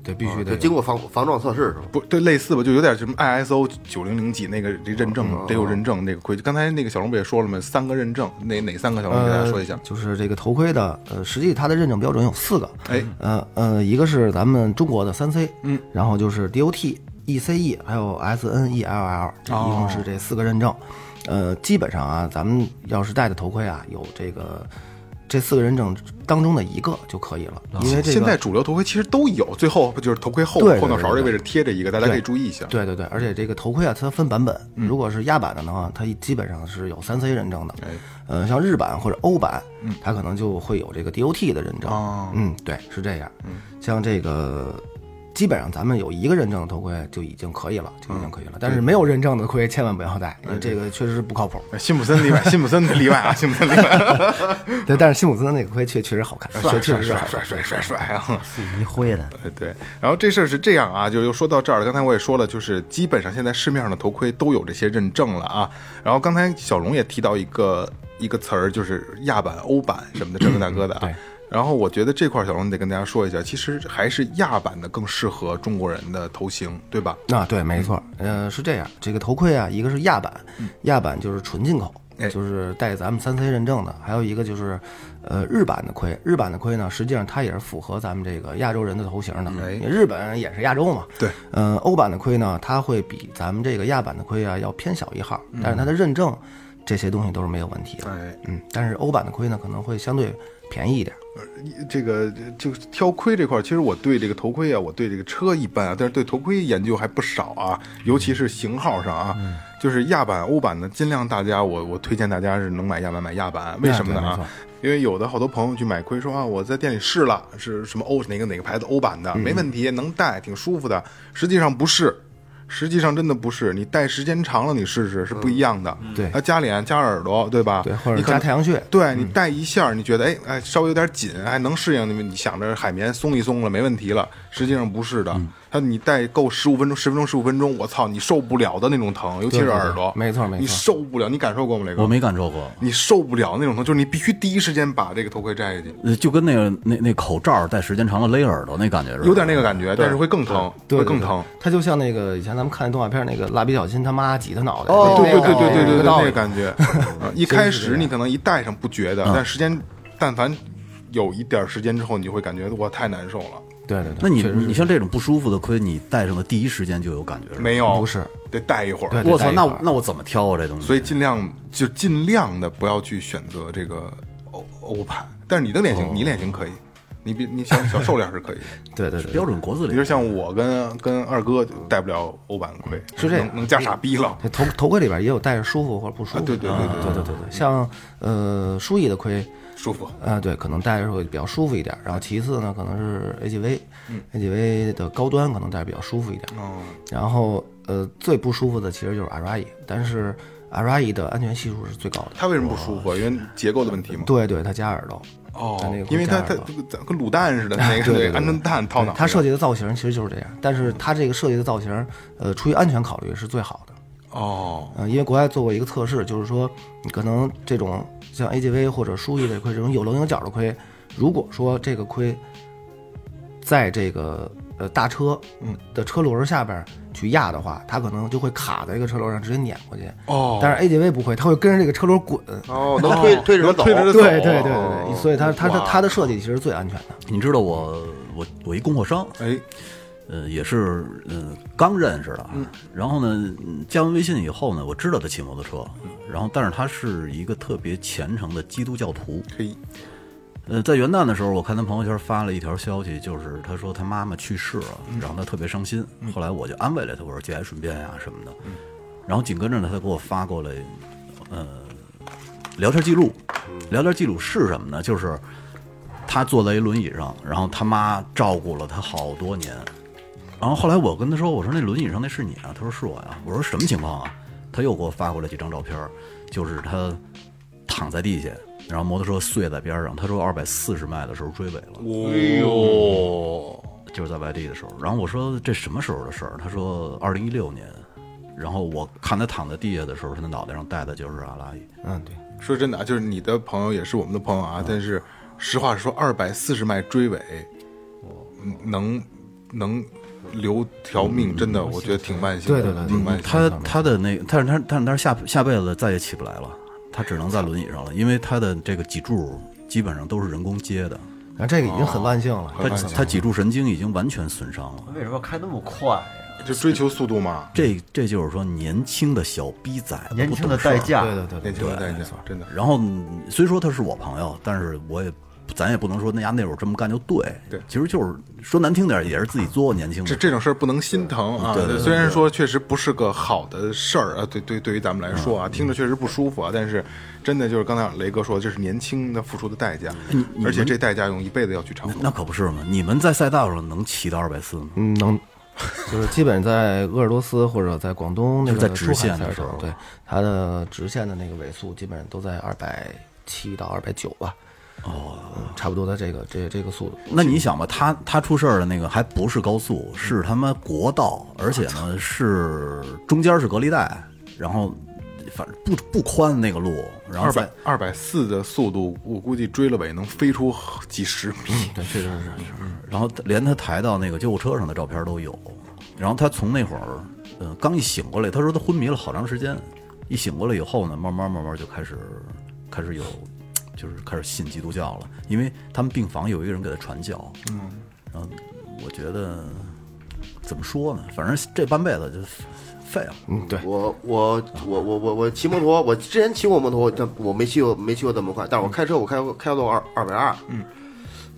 对必须就得经过防防撞测试是吧？不对，类似吧，就有点什么 ISO 九零零几那个这认嗯证，得有认证那个规矩。刚才那个小龙不也说了吗？三个认证，哪哪三个？小龙啊给大家说一下呃。就是这个头盔的，呃，实际它的认证标准有四个，哎，呃呃，一个是咱们中国的三 C，嗯，然后就是 DOT、ECE E 还有 SNELL，一共哦是这四个认证。呃，基本上啊，咱们要是戴的头盔啊，有这个这四个认证当中的一个就可以了，因为这个现在主流头盔其实都有，最后不就是头盔后对对对后脑勺这位对置贴着一个，大家可以注意一下。对对对，而且这个头盔啊，它分版本，如果是亚版的呢，它基本上是有三 C 认证的。嗯哎嗯呃，像日版或者欧版，它可能就会有这个 DOT 的认证。哦嗯，对，是这样。像这个。基本上咱们有一个认证的头盔就已经可以了，就已嗯经可以了。但是没有认证的盔千万不要戴，因为这个确实是不 [LAUGHS] 靠谱。呃辛普森例外，辛普森的例外啊，辛普森例外。 [LAUGHS] 对，但是辛普森的那个盔确确实好 [LAUGHS] 看，确帅确实是好帅看。帅帅帅帅啊！是一灰的，对对，然后这事儿是这样啊，就又说到这儿了。刚才我也说了，就是基本上现在市面上的头盔都有这些认证了啊。然后刚才小龙也提到一个一个词儿，就是亚版、欧版什么的，这个那个的啊。然后我觉得这块儿小龙得跟大家说一下，其实还是亚版的更适合中国人的头型，对吧？啊，对，没错，嗯呃，是这样，这个头盔啊，一个是亚版，亚版就是纯进口哎，就是带咱们三 C 认证的，还有一个就是，呃，日版的盔，日版的盔呢，实际上它也是符合咱们这个亚洲人的头型的，哎因为日本人也是亚洲嘛，对，呃，欧版的盔呢，它会比咱们这个亚版的盔啊要偏小一号，但是它的认证这些东西都是没有问题的，嗯哎，嗯，但是欧版的盔呢可能会相对便宜一点，这个就是挑盔这块儿，其实我对这个头嗯盔啊，我对这个车一般啊，但是对头盔研究还不少啊，尤其是型号上啊。就是亚版、欧版的，尽量大家我我推荐大家是能买亚版买亚版，为什么呢哎对没啊错？因为有的好多朋友去买亏说啊，我在店里试了，是什么欧哪个哪个牌子欧版嗯的，没问题，能戴，挺舒服的。实际上不是，实际上真的不是，你戴时间长了，你试试是不一样的。对啊，加脸加耳朵，对吧？嗯对，或者你可加能太阳穴，嗯对你戴一下，你觉得哎哎稍微有点紧，还能适应。你们你想着海绵松一松了，没问题了，实际上不是嗯的。它你戴够十五分钟，十分钟十五分钟，我操，你受不了的那种疼，尤其是对对耳朵，没错没错你受不了，你感受过吗？雷哥，我没感受过，你受不了那种疼，就是你必须第一时间把这个头盔摘下去，呃就跟那个那那口罩戴时间长了勒耳朵那感觉似的，有点那个感觉，但是会更疼，对，会对更对疼。它就像那个以前咱们看那动画片，那个蜡笔小新他妈挤他脑袋，对对对对对对对，那那个个感觉。啊一开始你可能一戴上不觉得，但时间，但凡有一点时间之后，你就会感觉哇太难受了。对对对，那你确实是你像这种不舒服的亏，你戴上的第一时间就有感觉是吧？没有，不是得戴一会儿。对我操，戴一那块儿我那我怎么挑啊这东西？所以尽量就尽量的不要去选择这个欧欧盘。但是你的脸型，你脸型可以，你比你小小瘦脸是可以。对对对对标。准国字比如脸，像我跟跟二哥就戴不了欧版盔，是这样能能加傻逼了。这头头盔里边也有戴着舒服或者不舒服啊的，对对对啊对对对对对，像呃舒逸的盔，舒服，啊，对，可能戴着会比较舒服一点。然后其次呢，可能是嗯 AGV，AGV 的高端可能戴着比较舒服一点。哦，然后呃，最不舒服的其实就是 Arai，但是 Arai 的安全系数是最高的。它为什么不舒服啊？因为结构的问题嘛。对对，它加耳朵，哦它那个，会因为它加它耳朵它跟卤蛋似的， [LAUGHS] 那个对鹌鹑蛋套脑袋。它设计的造型其实就是这样，但是它这个设计的造型，呃，出于安全考虑是最好的。哦，嗯、因为国外做过一个测试，就是说你可能这种像 AGV 或者舒逸的盔，这种有棱有角的盔，如果说这个盔在这个呃大车的车轮下边去压的话，它可能就会卡在这个车轮上，直接碾过去。哦但是 AGV 不会，它会跟着这个车轮滚。哦，能推推着它走，推着它对对对对对，所以它它的哇它的设计其实最安全的。你知道我我我一供货商，哎，呃，也是呃刚认识的，然后呢嗯加完微信以后呢，我知道他骑摩托车，然后但是他是一个特别虔诚的基督教徒，嘿，呃，在元旦的时候，我看他朋友圈发了一条消息，就是他说他妈妈去世了，然后他特别伤心。后来我就安慰了他，我说节哀顺变呀、什么的。然后紧跟着呢，他给我发过来，呃，聊天记录。聊天记录是什么呢？就是他坐在一轮椅上，然后他妈照顾了他好多年。然后后来我跟他说：“我说那轮椅上那是你啊？”他说：“是我呀。”我说：“什么情况啊？”他又给我发过来几张照片儿，就是他躺在地下，然后摩托车碎在边上。他说二百四十迈的时候追尾了，哎呦，就是在外地的时候。然后我说这什么时候的事儿？他说二零一六年。然后我看他躺在地下的时候，他的脑袋上戴的就是阿拉伊。嗯，对，说真的啊，就是你的朋友也是我们的朋友啊，但是实话实说，二百四十迈追尾，嗯能能留条命，真的我觉得挺万幸的，对对对对挺万幸他他的那，但是他但是他下下辈子再也起不来了，他只能在轮椅上 [LAUGHS] 了，因为他的这个脊柱基本上都是人工接的，然后这个已经很万幸了。他他脊柱神经已经完全损伤了。为什么要开那么快呀？的，就追求速度嘛，这这就是说年轻的小逼崽子，年轻的不懂事儿代价，对对对对年轻的代价，真的。然后嗯虽说他是我朋友，但是我也咱也不能说那家那会儿这么干就对，对其实就是说难听点儿也是自己作，年轻这的。这种事儿不能心疼啊！对对对虽然说确实不是个好的事儿啊，对对，对于咱们来说啊，听着确实不舒服啊，但是真的就是刚才雷哥说，这是年轻的付出的代价，而且这代价用一辈子要去偿还。那可不是嘛！你们在赛道上能骑到二百四吗？嗯，能，就是基本在鄂尔多斯或者在广东那就个是在直珠海线的赛时道候对它的直线的那个尾速基本上都在二百七到二百九吧。哦、差不多的这个这这个速度。那你想吧，他他出事儿的那个还不是高速，是他妈国道，而且啊呢是中间是隔离带，然后反正不不宽的那个路，然后二在百二百四的速度，我估计追了尾能飞出几十米。对，确实是。然后连他抬到那个救护车上的照片都有。然后他从那会儿，呃，刚一醒过来，他说他昏迷了好长时间。一醒过来以后呢，慢慢慢慢就开始开始有，就是开始信基督教了，因为他们病房有一个人给他传教。嗯，然后我觉得怎么说呢，反正这半辈子就废了。嗯，对，我我我我我我骑摩托，我之前骑过摩托，但我没骑过没骑过这么快，但是我开车我开开到二二百二，嗯，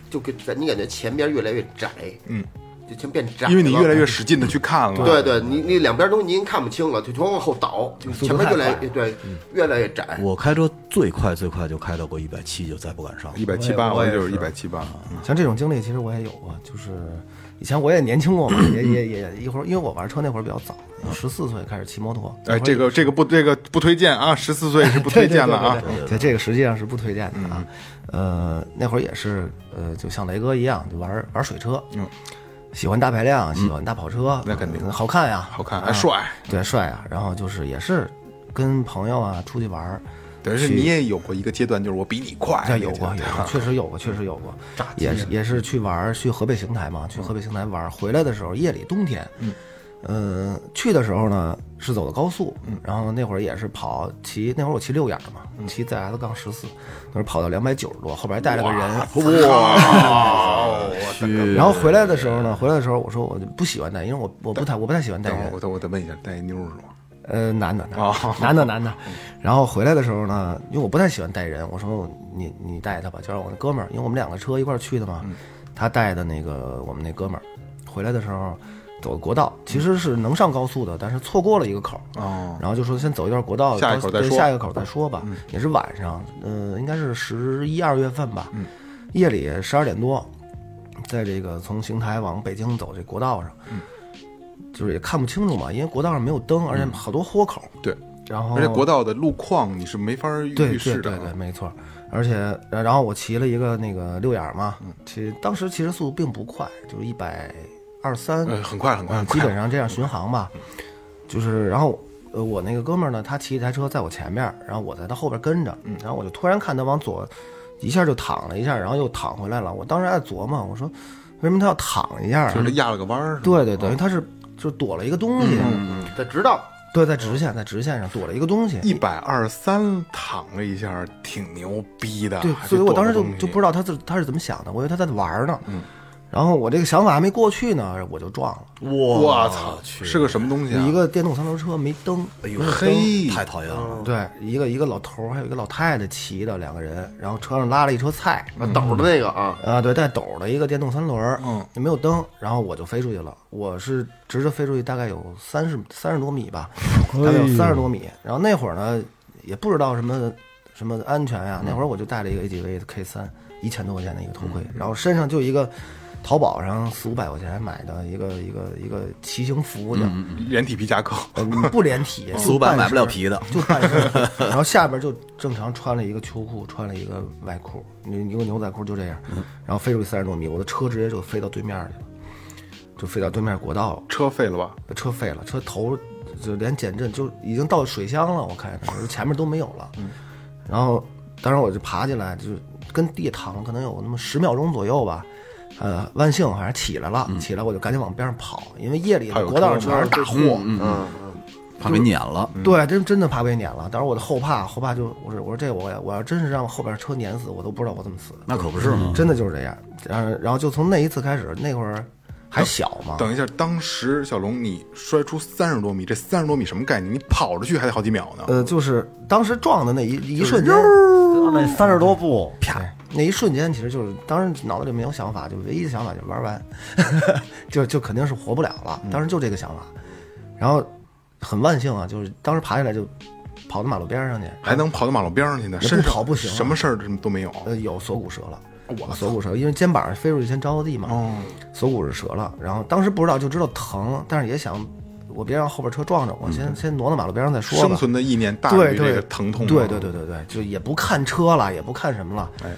就给感你感觉前边越来越窄，嗯，就全变窄了，因为你越来越使劲的去看了，对对，你你两边东西您看不清了，就全往后倒，就前面越来越对，越来越窄。我开车最快最快就开到过一百七，就再不敢上。一百七八，我就是一百七八，像这种经历，其实我也有过，就是以前我也年轻过嘛，也也也一会儿，因为我玩车那会儿比较早，十四岁开始骑摩托。哎，这个这个不这个不推荐啊，十四岁是 [LAUGHS] 不推荐了啊。对对对对对这个实际上是不推荐的啊。呃，那会儿也是，呃，就像雷哥一样，就玩玩水车，嗯，喜欢大排量，喜欢大跑车，那肯定好看呀，好看还帅，对，帅啊。然后就是也是跟朋友啊出去玩儿，等于是你也有过一个阶段，就是我比你快，这有过，有过，确实有过，确实有过。也嗯是也是去玩儿，去河北邢台嘛，去河北邢台玩儿，回来的时候夜里冬天，嗯，呃，去的时候呢是走的高速，然后那会儿也是跑骑，那会儿我骑六眼儿嘛，骑 ZS 杠十四，那会儿跑到两百九十多，后边带了个人，然后回来的时候呢，回来的时候我说我就不喜欢带，因为我我不太我不太喜欢带等会儿人我，等我再问一下，带一妞是吗？呃，男的，男的，男的。然后回来的时候呢，因为我不太喜欢带人，我说你你带他吧，就让我那哥们儿，因为我们两个车一块儿去的嘛，他带的那个我们那哥们儿，回来的时候走国道，其实是能上高速的，但是错过了一个口，哦，然后就说先走一段国道，下一口再对说嗯下一个口再说吧。也是晚上，呃，应该是十一二月份吧，嗯夜里十二点多，在这个从邢台往北京走这国道上，嗯就是也看不清楚嘛，因为国道上没有灯，而且好多豁口，对，然后嗯而且国道的路况你是没法预哦对预对示对的对，啊，没错。而且，呃然后我骑了一个那个六眼儿嘛，嗯骑当时其实速度并不快，就是一百二三，呃，很快很快，嗯，很基快本上这样巡航吧，就是然后呃，我那个哥们儿呢，他骑一台车在我前面儿，然后我在他后边跟着，嗯然后我就突然看他往左一下就躺了一下，然后又躺回来了。我当时还琢磨，我说为什么他要躺一下啊？就是压了个弯儿，对对，等于他是就躲了一个东嗯西，这直道对，在直线在直线上躲了一个东西。一百二三躺了一下，挺牛逼的，对，还所以是我当时就躲个就东西嗯不知道他是他是怎么想的，我以为他在玩儿呢。然后我这个想法还没过去呢，我就撞了。我操，是个什么东西啊？一个电动三轮车没灯，哎呦黑太讨厌了。对，一个一个老头儿，还有一个老太太骑的两个人，然后车上拉了一车菜，嗯斗的那个啊，啊，对，带斗儿的一个电动三轮儿，嗯，没有灯，然后我就飞出去了，我是直着飞出去，大概有三十三十多米吧，哎大概有三十多米，然后那会儿呢也不知道什么什么安全嗯呀、那会儿我就带了一个 AGV 的 K 三，一千多块钱的一个头嗯盔，然后身上就一个淘宝上四五百块钱买的一个一个一个骑行服的，连体皮夹克，呃不连体，嗯嗯四五就半百买不了身皮的，就半身，然后下边就正常穿了一个秋裤，穿了一个外裤，牛牛牛仔裤就这样，嗯然后飞出去三十多米，我的车直接就飞到对面去了，就飞到对面国道，车废了吧？车废了，车头就连减震就已经到水箱了，我看就是前面都没有了，嗯然后当时我就爬起来，就跟地躺了可能有那么十秒钟左右吧。呃，万幸好像起来了，起来我就赶紧往边上跑，因为夜里嗯怕有国道上车全是大货，怕被碾了。对，真真的怕被碾了。当时我的后怕，后怕就我说我说这我要我要真是让后边车碾死，我都不知道我怎么死的。嗯那可不是吗？真的就是这样。然后然后就从那一次开始，那会儿还小嘛， [LAUGHS] 等一下，当时小龙你摔出三十多米，这三十多米什么概念？你跑着去还得好几秒呢。呃，就是当时撞的那一一瞬间，那三十多步，啪，那一瞬间其实就是当时脑子里没有想法，就唯一的想法就是玩完， [LAUGHS] 就就肯定是活不了了。嗯当时就这个想法，然后很万幸啊，就是当时爬下来就跑到马路边上去，还能跑到马路边上去呢，也不身上跑不行啊什么事儿都没有。呃，有锁骨折了。我锁骨折，因为肩膀飞出去先着的地嘛，哦锁骨是折了。然后当时不知道，就知道疼，但是也想，我别让后边车撞着我，先先挪到马路边上再说吧。嗯生存的意念大对于对这个疼痛。啊对对对，对对，就也不看车了，也不看什么了，哎，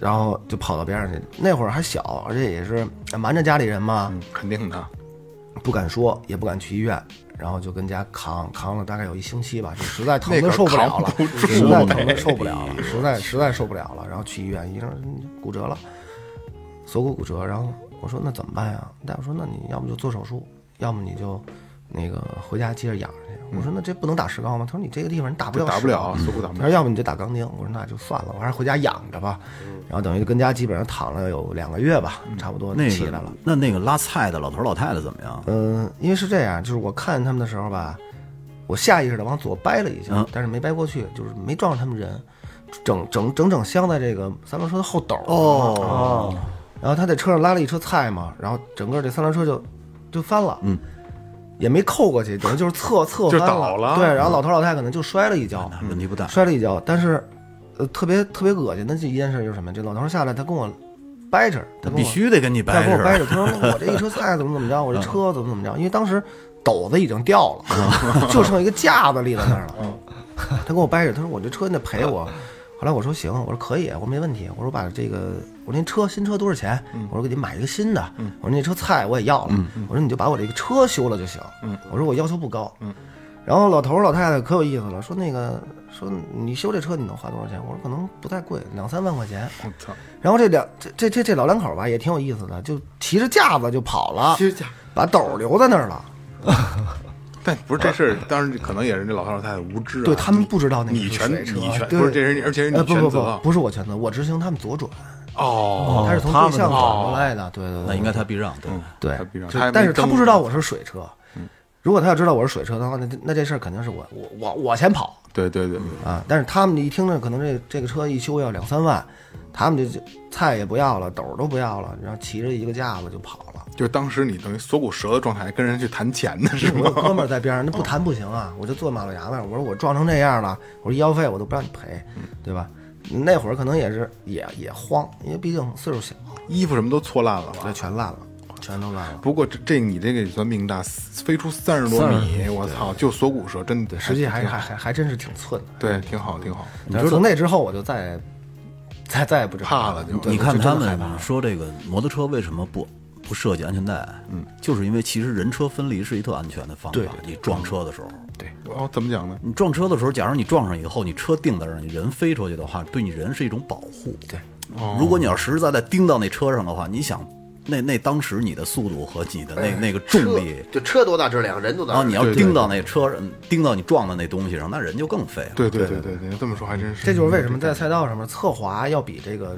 然后就跑到边上去。那会儿还小，而且也是瞒着家里人嘛，嗯，肯定的。不敢说，也不敢去医院，然后就跟家扛扛了大概有一星期吧，就 [LAUGHS] 实在疼那的个受不了了扛，不住哎实在呗疼的受不了了，实在实在受不了了，然后去医院，医生说你骨折了，锁骨骨折，然后我说那怎么办呀？大夫说那你要不就做手术，要么你就那个回家接着养着去。我说那这不能打石膏吗？他说你这个地方你打不这了，打不了，啊锁骨打不他了。说：“要不你就打钢钉。”我说：“那就算了，我还是回家养着吧。”嗯然后等于跟家基本上躺了有两个月吧，差不多那起来了个。，那那个拉菜的老头老太太怎么样？嗯，因为是这样，就是我看他们的时候吧，我下意识的往左掰了一下，但是没掰过去，就是没撞上他们人，整整整整镶在这个三轮车的后斗。哦，然后他在车上拉了一车菜嘛，然后整个这三轮车就就翻了，嗯，也没扣过去，等于就是侧侧就翻倒了对，然后老头老太太可能就摔了一跤，那问题不大。摔了一跤，但是呃特别特别恶心的这一件事就是什么呀？这老头下来，他跟我掰扯，他跟我必须得跟你他掰跟我扯， [LAUGHS] 嗯掰扯，他说那我这一车菜怎么怎么着，我这车怎么怎么着，因为当时斗子已经掉嗯了， [LAUGHS] 就剩一个架子立在那儿了。他跟我掰扯，他说我这车你得赔我。后来我说行，我说可以，我说没问题，我说把这个我那车新车多少钱？嗯我说给你买一个新的，我说那车菜我也要了，我说你就把我这个车修了就行，嗯我说我要求不高。然后老头儿老太太可有意思了，说那个说你修这车你能花多少钱？我说可能不太贵，两三万块钱。我操，然后这两这这这这老两口吧也挺有意思的，就骑着架子就跑了，其实假把斗儿留在那儿了。但不是这事儿，当然可能也是那老头老太太无知啊，对他们不知道那个你是全水车你全对不是这是而且是你呃不全不责不啊不是我全责，我执行他们左转，哦，他是从他对们向转的过来的，对对对，那应该他避让，对，对他避让就他还没嗯但是他蹬不知道我是水车，如果他要知道我是水车的话，那那这事儿肯定是我我我我先跑对对对对，啊。但是他们一听着可能这这个车一修要两三万，他们就就菜也不要了，斗儿都不要了，然后骑着一个架子就跑了。就是当时你等于锁骨折的状态跟人去谈钱呢是 [LAUGHS] 我有吗？哥们儿在边上，那不谈不行啊！我就坐马路牙子上，我说我撞成这样了，我说医药费我都不让你赔，嗯对吧？那会儿可能也是也也慌，因为毕竟岁数小，衣服什么都搓烂了吧这？全烂了，哦全都烂了。不过这这你这个也算命大，飞出三十多米，我操，就锁骨折，真的实际还挺还还还真是挺寸的。对，挺好挺好。但是从那之后，我就再也再再也不这样怕了就对你看我真他的害怕们说这个摩托车为什么不不设计安全带？嗯，就是因为其实人车分离是一特安全的方法。啊对对你撞车的时候，对，哦，怎么讲呢？你撞车的时候，假如你撞上以后，你车定在这儿，你人飞出去的话，对你人是一种保护。对，如果你要实实在在钉到那车上的话，你想，那那当时你的速度和你的哎那那个重车力，就车多大质量，人多大然质哦量后你要钉到那车上，钉到你撞的那东西上，那人就更废了。对对对对对，这么说还真是。这就是为什么在赛道上面侧滑要比这个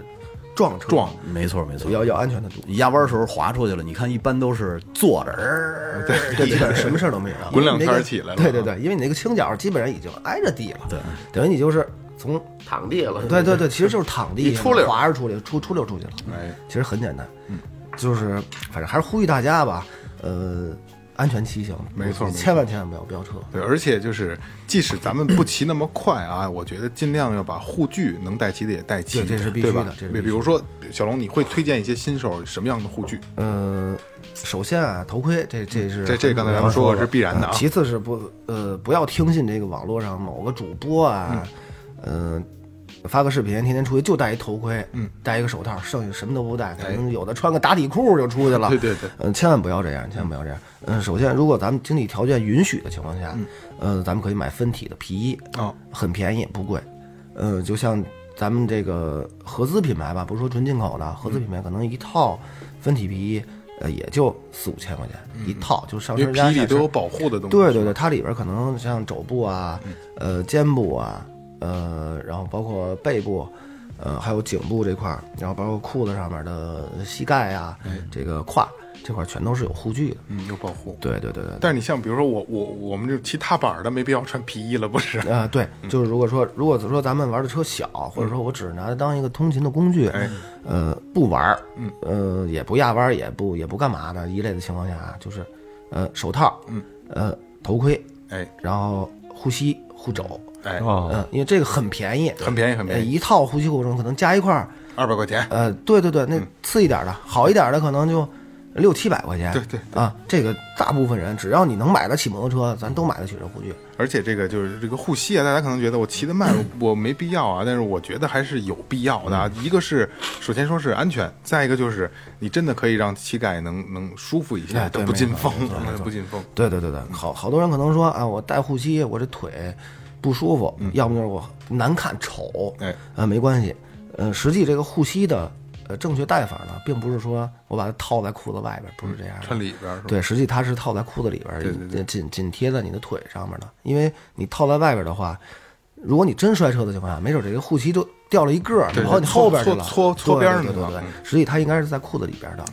撞车撞没错没错，要要安全的多， [LAUGHS] 你压弯的时候滑出去了，你看一般都是坐着，呃对，基本上什么事儿都没有，滚两因为圈儿那个起来了对对对，因为你那个倾角基本上已经挨着地了，对，等于你就是从躺地了。对对对，其实就是躺地一出溜滑着出溜，出出溜出去了。哎，其实很简单，嗯就是反正还是呼吁大家吧，呃，安全骑行，没错没错千万千万不要飙车。对，而且就是，即使咱们不骑那么快啊，我觉得尽量要把护具能带齐的也带齐，对这是必须对的吧这是必须比的比如说，小龙，你会推荐一些新手什么样的护具？呃，首先啊，头盔这这是嗯这这刚才咱们说过是必然的啊呃其次是不呃不要听信这个网络上某个主播啊，嗯、呃，发个视频，天天出去就戴一头盔，嗯，戴一个手套，剩下什么都不戴，可能有的穿个打底裤就出去了。哎对对对嗯、千万不要这样，千万不要这样。嗯、首先，如果咱们经济条件允许的情况嗯下，呃，咱们可以买分体的皮衣，哦很便宜，不贵。呃，就像咱们这个合资品牌吧，不是说纯进口的，嗯合资品牌可能一套分体皮衣，呃，也就四五千块钱、一套，就上嗯因身为加皮下里都身有保护的东西。对对对，它里边可能像肘部啊，呃，肩部啊，呃，然后包括背部，呃，还有颈部这块儿，然后包括裤子上面的膝盖啊，这个胯这块儿全都是有护具的。嗯，有保护。对对对对。但是你像比如说我我我们这骑踏板的没必要穿皮衣了，不是？啊、对，就是如果说如果说咱们玩的车小，或者说我只拿它当一个通勤的工具，呃，不玩儿，嗯，呃，也不压弯儿，也不也不干嘛的一类的情况下啊，就是，呃，手套，嗯，呃，头盔，哎然后护膝、护肘，哎，嗯、因为这个很便宜，很便宜很便宜呃一套护膝护肘可能加一块儿，二百块钱。呃，对对对，嗯那次一点的，好一点的可能就六七百块钱，对对啊，这个大部分人只要你能买得起摩托车，咱都买得起这护具。而且这个就是这个护膝啊，大家可能觉得我骑得 [CLEARS THROAT] 慢，我我没必要啊，但是我觉得还是有必要的啊。嗯一个是首先说是安全，再一个就是你真的可以让膝盖能能舒服一些，哎对不进没风错没错没，错不进风。对对对对，好好多人可能说啊，我戴护膝，我这腿不舒服，要么就是我难看丑，嗯哎，呃，没关系，呃，实际这个护膝的呃正确戴法呢，并不是说我把它套在裤子外边，不是这样的，穿里边儿是吧？对，实际它是套在裤子里边儿，对对对紧紧贴在你的腿上面的。因为你套在外边的话，如果你真摔车的情况下，没准这个护膝就掉了一个儿，对跑你后边去了，搓搓搓对边儿哦对对呢对对嗯实际它应该是在裤子里边的，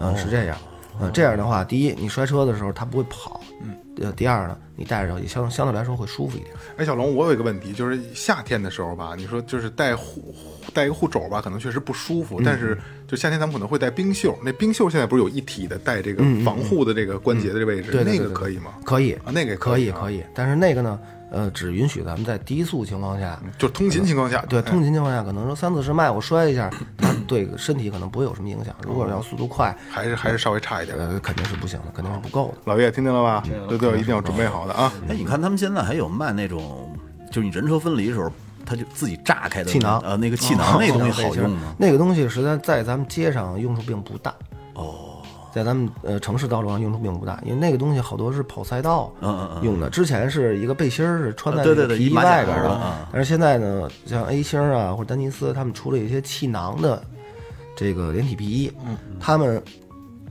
嗯，是这样。嗯，这样的话，第一，你摔车的时候它不会跑，嗯，呃，第二呢，你戴着手机相相对来说会舒服一点。哎，小龙，我有一个问题，就是夏天的时候吧，你说就是戴护戴一个护肘吧，可能确实不舒服，嗯但是就夏天咱们可能会戴冰袖，那冰袖现在不是有一体的带这个防护的这个关节的这位置，嗯对对那对个对可以吗？可以啊，那个也可以，可以，以，但是那个呢，呃，只允许咱们在低速情况下，就通勤情况下，对，哎通勤情况下，可能说三四十迈我摔一下，它对身体可能不会有什么影响。如果要速度快，还是还是稍微差一点。呃，肯定是不行的，肯定是不够的。老岳听见了吧？这都有一定要准备好的啊！哎，你看他们现在还有卖那种，就是你人车分离的时候，他就自己炸开的气囊呃，那个气囊那东西对好其实用啊吗？ [LAUGHS] 那个东西实在在咱们街上用处并不大。哦，在咱们呃城市道路上用处并不大，因为那个东西好多是跑赛道嗯用的。之前是一个背心儿是穿在呃对那个对对皮一衣马甲外边儿儿啊的，但是现在呢，像 A 星儿啊或者丹尼斯他们出了一些气囊的这个连体皮衣，嗯他们。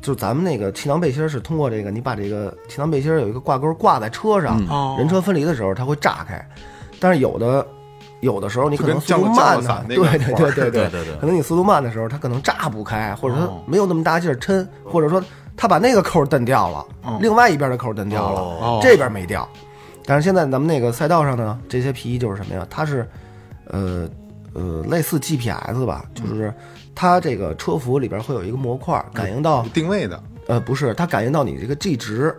就是咱们那个气囊背心儿是通过这个，你把这个气囊背心儿有一个挂钩挂在车上，嗯人车分离的时候它会炸开，但是有的有的时候你可能速度就跟降落降落慢伞呢，那对个 [LAUGHS] 环对对对对对对可能你速度慢的时候，它可能炸不开，或者哦说没有那么大劲儿抻，或者说它把那个扣儿蹬掉了，哦另外一边的扣儿蹬掉了，这边没掉。但是现在咱们那个赛道上呢，这些皮衣就是什么呀？它是，呃呃，类似 GPS 吧，嗯就是它这个车服里边会有一个模块儿感应到哦定位的，呃，不是，它感应到你这个 G 值，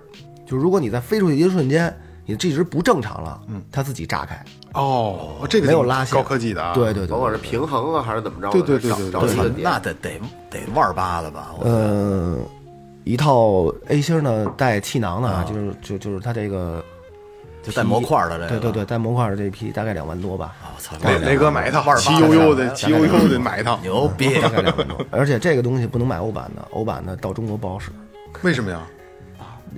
就如果你在飞出去一瞬间，你的 G 值不正常了，嗯，它自己炸开，哦，这个没有拉线，高科技的啊！对对甭对，管是平衡啊还是怎么着的，对对对对对找找一个点那得得得腕儿八的吧？我呃，一套 A 星呢带气囊的啊，就是就就是它这个就带模块儿啊的这个。啊对对对带模块的这批大概两万多 [LAUGHS] 吧，我操，雷雷哥买一套，腕儿齐八悠的悠的，齐悠悠的买一套，牛 [LAUGHS] 逼！大概两万多。而且这个东西不能买欧版的，欧版的到中国不好使，为什么呀？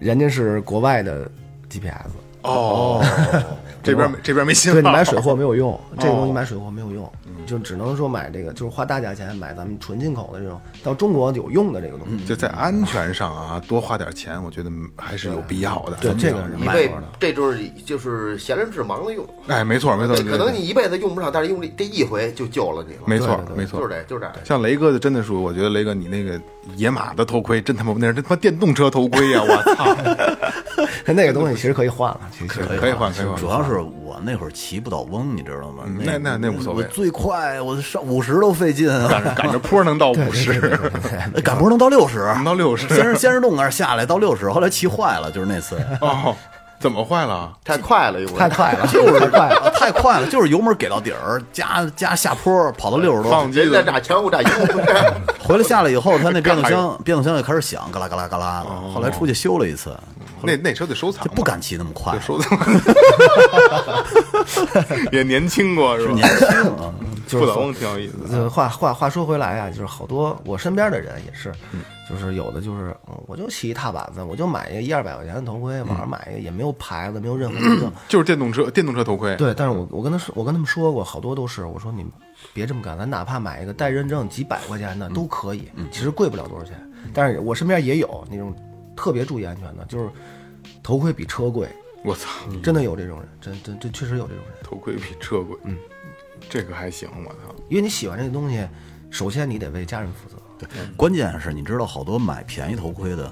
人家是国外的 GPS。哦，这边没这边没信号，哦嗯对你买水货没 [LAUGHS] 有用，这个东西买水货没有用，就只能说买这个，就是花大价钱买咱们纯进口的这种到中国有用的这个东西。就在安全上啊，多花点钱，我觉得还是有必要的。对，这个是一买辈过的。这就是就是闲人致盲的用，哎，没错没错，对，可能对你一辈子用不上，但是用这这一回就救了你了，没错对对对没错就是，这就是这样。像雷哥的真的是，我觉得雷哥你那个野马的头盔真他妈那是他妈电动车头盔呀、我操， [LAUGHS] 那个东西其实可以换了，其 [LAUGHS] 实可以啊换可以换，主要是我那会儿骑不倒翁，你知道吗？嗯那那那无所谓我最快我上五十都费劲啊，赶着坡能到五 [LAUGHS] 十，呃赶坡能到六十，能到六十先是先是动那儿下来到六十，后来骑坏了，就是那次。哦，怎么坏了？太快了，用的 [LAUGHS] 太快了，就是太快了。啊太快了，就是油门给到底儿，加加下坡，跑到六十多放，机人在子炸枪，我炸油，回来下来以后，他那变速箱变速箱就开始响，嘎啦嘎啦嘎啦的。哦后来出去修了一次，那那车得收藏就嘛，不敢骑那么快得，收藏， [LAUGHS] 也年轻过是吧？年轻啊。就是不倒翁挺有意思的，呃，话话话说回来啊，就是好多我身边的人也是，就是有的就是，嗯我就骑一踏板子，我就买一个一二百块钱的头盔，网上买一个也没有牌子，没有任何认证。就是电动车电动车头盔，对，但是我我跟他说，我跟他们说过，好多都是我说你们别这么干，咱哪怕买一个带认证几百块钱的都可以，其实贵不了多少钱。但是我身边也有那种特别注意安全的，就是头盔比车贵，我操，真的有这种人，真真真确实有这种人。头盔比车贵，嗯，这个还行，我操，因为你喜欢这个东西，首先你得为家人负责。嗯关键是，你知道好多买便宜头盔的，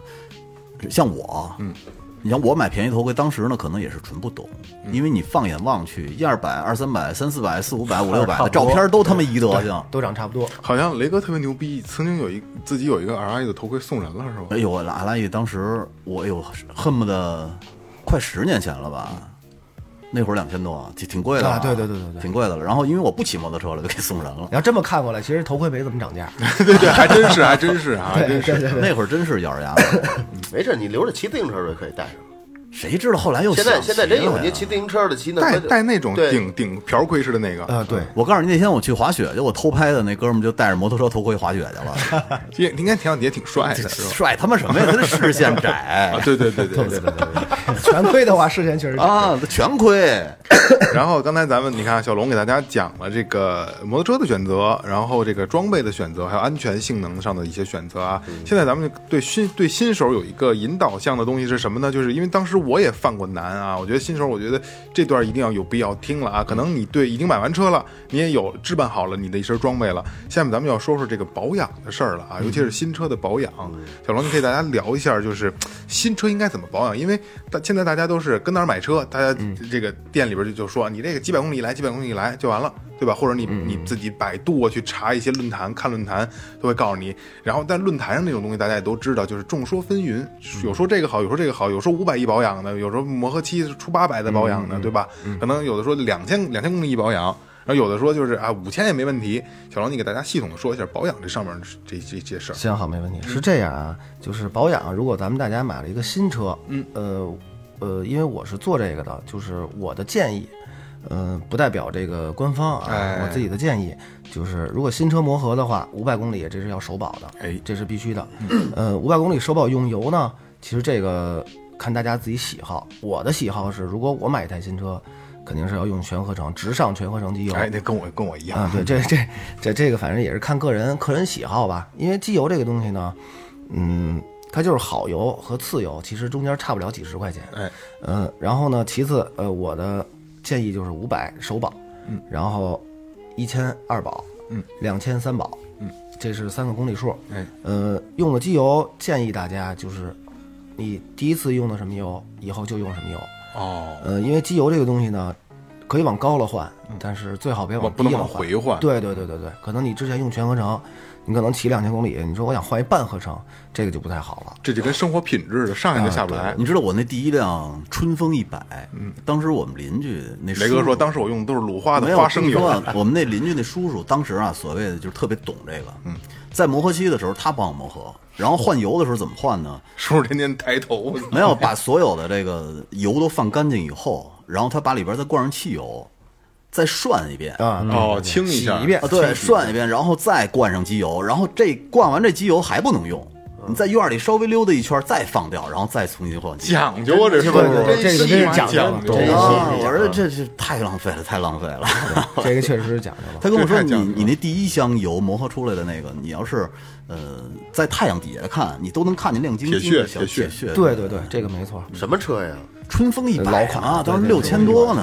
像我，嗯，你像我买便宜头盔，当时呢可能也是纯不懂，嗯因为你放眼望去，一二百、二三百、三四百、四五百、五六百 [LAUGHS] 的照片都他妈一德行。啊都长差不多，好像雷哥特别牛逼，曾经有一自己有一个 RI 的头盔送人了是吧？哎呦，我阿拉伊当时我哎呦恨不得快十年前了吧。那会儿两千多，挺挺贵的啊对对对对对挺贵的了。然后因为我不骑摩托车了，就给送人了 [LAUGHS] 你。要这么看过来，其实头盔没怎么涨价。 [LAUGHS] 对对，还真是还真是啊，还真是。那会儿真是咬着牙买，没事，你留着骑自行车就可以带上。谁知道后来又现在想现在真骑了有呀您骑自行车的，骑那带带那种对顶顶瓢盔式的那个，呃，对，我告诉你，那天我去滑雪去，我偷拍的那哥们儿就戴着摩托车头盔滑雪 [LAUGHS] 去了，也应该挺也挺帅的，是吧？帅他妈什么呀？他的视线窄啊，对对对对对 [LAUGHS] 全盔的话，视线确实啊，他全盔。然后刚才咱们你看，小龙给大家讲了这个摩托车的选择，然后这个装备的选择，还有安全性能上的一些选择啊。现在咱们对新对新手有一个引导项的东西是什么呢？就是因为当时我也犯过难啊，我觉得新手，我觉得这段一定要有必要听了啊。可能你对已经买完车了，你也有置办好了你的一身装备了。下面咱们要说说这个保养的事儿了啊，尤其是新车的保养。小龙，你可以大家聊一下，就是新车应该怎么保养，因为大现在。现在大家都是跟哪儿买车，大家这个店里边就就说你这个几百公里以来，几百公里以来就完了，对吧？或者你你自己百度啊去查一些论坛，看论坛都会告诉你。然后但论坛上那种东西大家也都知道，就是众说纷纭，有说这个好，有说这个好，有说五百一保养的，有时候磨合期出八百的保养的，对吧？可能有的说两千两千公里一保养。然后有的说就是啊，五千也没问题。小龙，你给大家系统的说一下保养这上面这这这事儿。嗯行好，没问题。是这样啊，就是保养，如果咱们大家买了一个新车，嗯，呃，呃，因为我是做这个的，就是我的建议，呃，不代表这个官方啊，哎我自己的建议就是，如果新车磨合的话，五百公里这是要首保的，哎，这是必须的。嗯呃，五百公里首保用油呢，其实这个看大家自己喜好。我的喜好是，如果我买一台新车，肯定是要用全合成，直上全合成机油。哎，那跟我跟我一样，啊，对，这这这这个反正也是看个人个人喜好吧，因为机油这个东西呢，嗯，它就是好油和次油，其实中间差不了几十块钱。哎，嗯，然后呢，其次，呃，我的建议就是五百首保，嗯，然后一千二保，嗯，两千三保，嗯，这是三个公里数。哎，呃，用的机油建议大家就是，你第一次用的什么油，以后就用什么油。哦，呃，因为机油这个东西呢，可以往高了换，但是最好别我往低不能了嗯往换。回换。对对对对对，可能你之前用全合成，你可能骑两千公里，你说我想换一半合成，这个就不太好了。这就跟生活品质的上来就下不来。你知道我那第一辆春风一百，嗯，当时我们邻居那雷哥说，叔叔当时我用的都是鲁花没的有花生油我跟你说啊我们那邻居那叔叔当时啊，所谓的就是特别懂这个，嗯，在磨合期的时候他帮我磨合，然后换油的时候怎么换呢？叔叔天天抬头，没有把所有的这个油都放干净以后，然后他把里边再灌上汽油，再涮一遍啊，哦，清一洗下，[LAUGHS] 一遍，对，涮一遍，然后再灌上机油，然后这灌完这机油还不能用，你在院里稍微溜达一圈再放掉，然后再重新换机油。讲究啊，这叔叔对对这个真是讲讲究了究 [LAUGHS] 对啊！我说这这太浪费了，太浪费 [LAUGHS] 了。这个确实是讲究了。他跟我这说太你讲究了你那第一箱油磨合出来的那个，你要是呃在太阳底下看，你都能看见亮晶晶的铁屑小铁屑铁屑。对对对，这个没错。什么车呀？春风一百老款啊，当时对六对千多呢，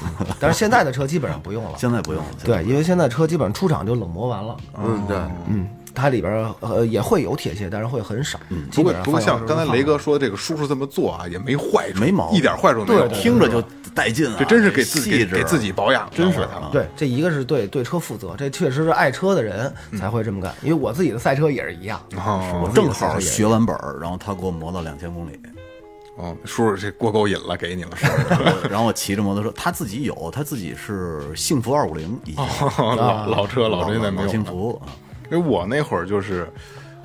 [LAUGHS] 但是现在的车基本上 [LAUGHS] 不用了。嗯现在不用了。现在对，因为现在车基本上出厂就冷磨完了。嗯，对，哦嗯，它里边儿呃也会有铁屑，但是会很少。嗯，不过不过像刚才雷哥说的这个叔叔这么做啊，也没坏处，没毛病一点坏处没有。嗯听着就带劲啊！这真是给自己细给致啊给自己保养的，真是我操啊对，这一个是对对车负责，这确实是爱车的人才会这么干。因为我自己的赛车也是一样。我哦正好学完本儿，然后他给我磨到两千公里，哦，叔叔这过够瘾了，给你了，是吧然后我骑着摩托车，他自己有，他自己是幸福二五零，已经 [LAUGHS] 老哦老车老车现在没有老了幸福啊，因为我那会儿就是，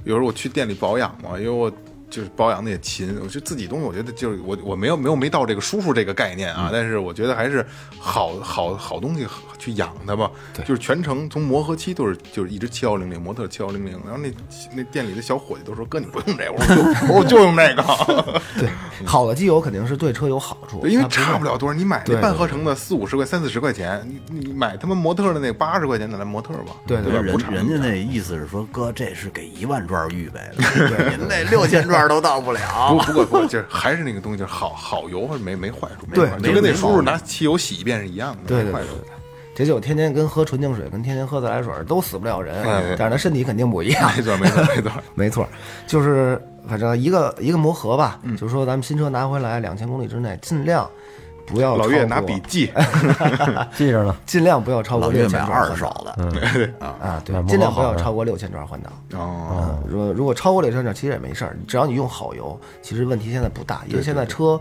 有时候我去店里保养嘛，因为我就是保养的也勤，我觉得自己东西，我觉得就是我我没有没有没到这个叔叔这个概念啊，但是我觉得还是好好好东西去养它吧，就是全程从磨合期都是就是一直七幺零零模特七幺零零，然后那那店里的小伙计都说哥你不用这个，我说我说我就用这个， [LAUGHS] 对，好的机油肯定是对车有好处，对因为它是差不了多少，你买对那对半合成的四五十块三四十块钱，你你买他妈模特的那八十块钱的来模特吧，对对对吧？人不差人家那意思是说，哥这是给一万转预备的，您那六千转都到不不了。 [LAUGHS] 不过不过，就是还是那个东西，就是好好油没没坏处，没对坏处没就跟那没叔叔毛病拿汽油洗一遍是一样的，对没对对坏对处。对，这就天天跟喝纯净水跟天天喝自来水都死不了人，哎但是他身体肯定不一样。没错没 [LAUGHS] 错没错，没错， [LAUGHS] 就是反正一个一个磨合吧，就是说咱们新车拿回来两千公里之内，尽量不要老超岳过拿笔，记，记着呢，尽量不要超过老六岳千买转二换手挡的，啊，对买，摩尽量托不要好的超过六千转换挡。哦，嗯，如果如果超过六千转，其实也没事儿，只要你用好油，其实问题现在不大，因为现在车，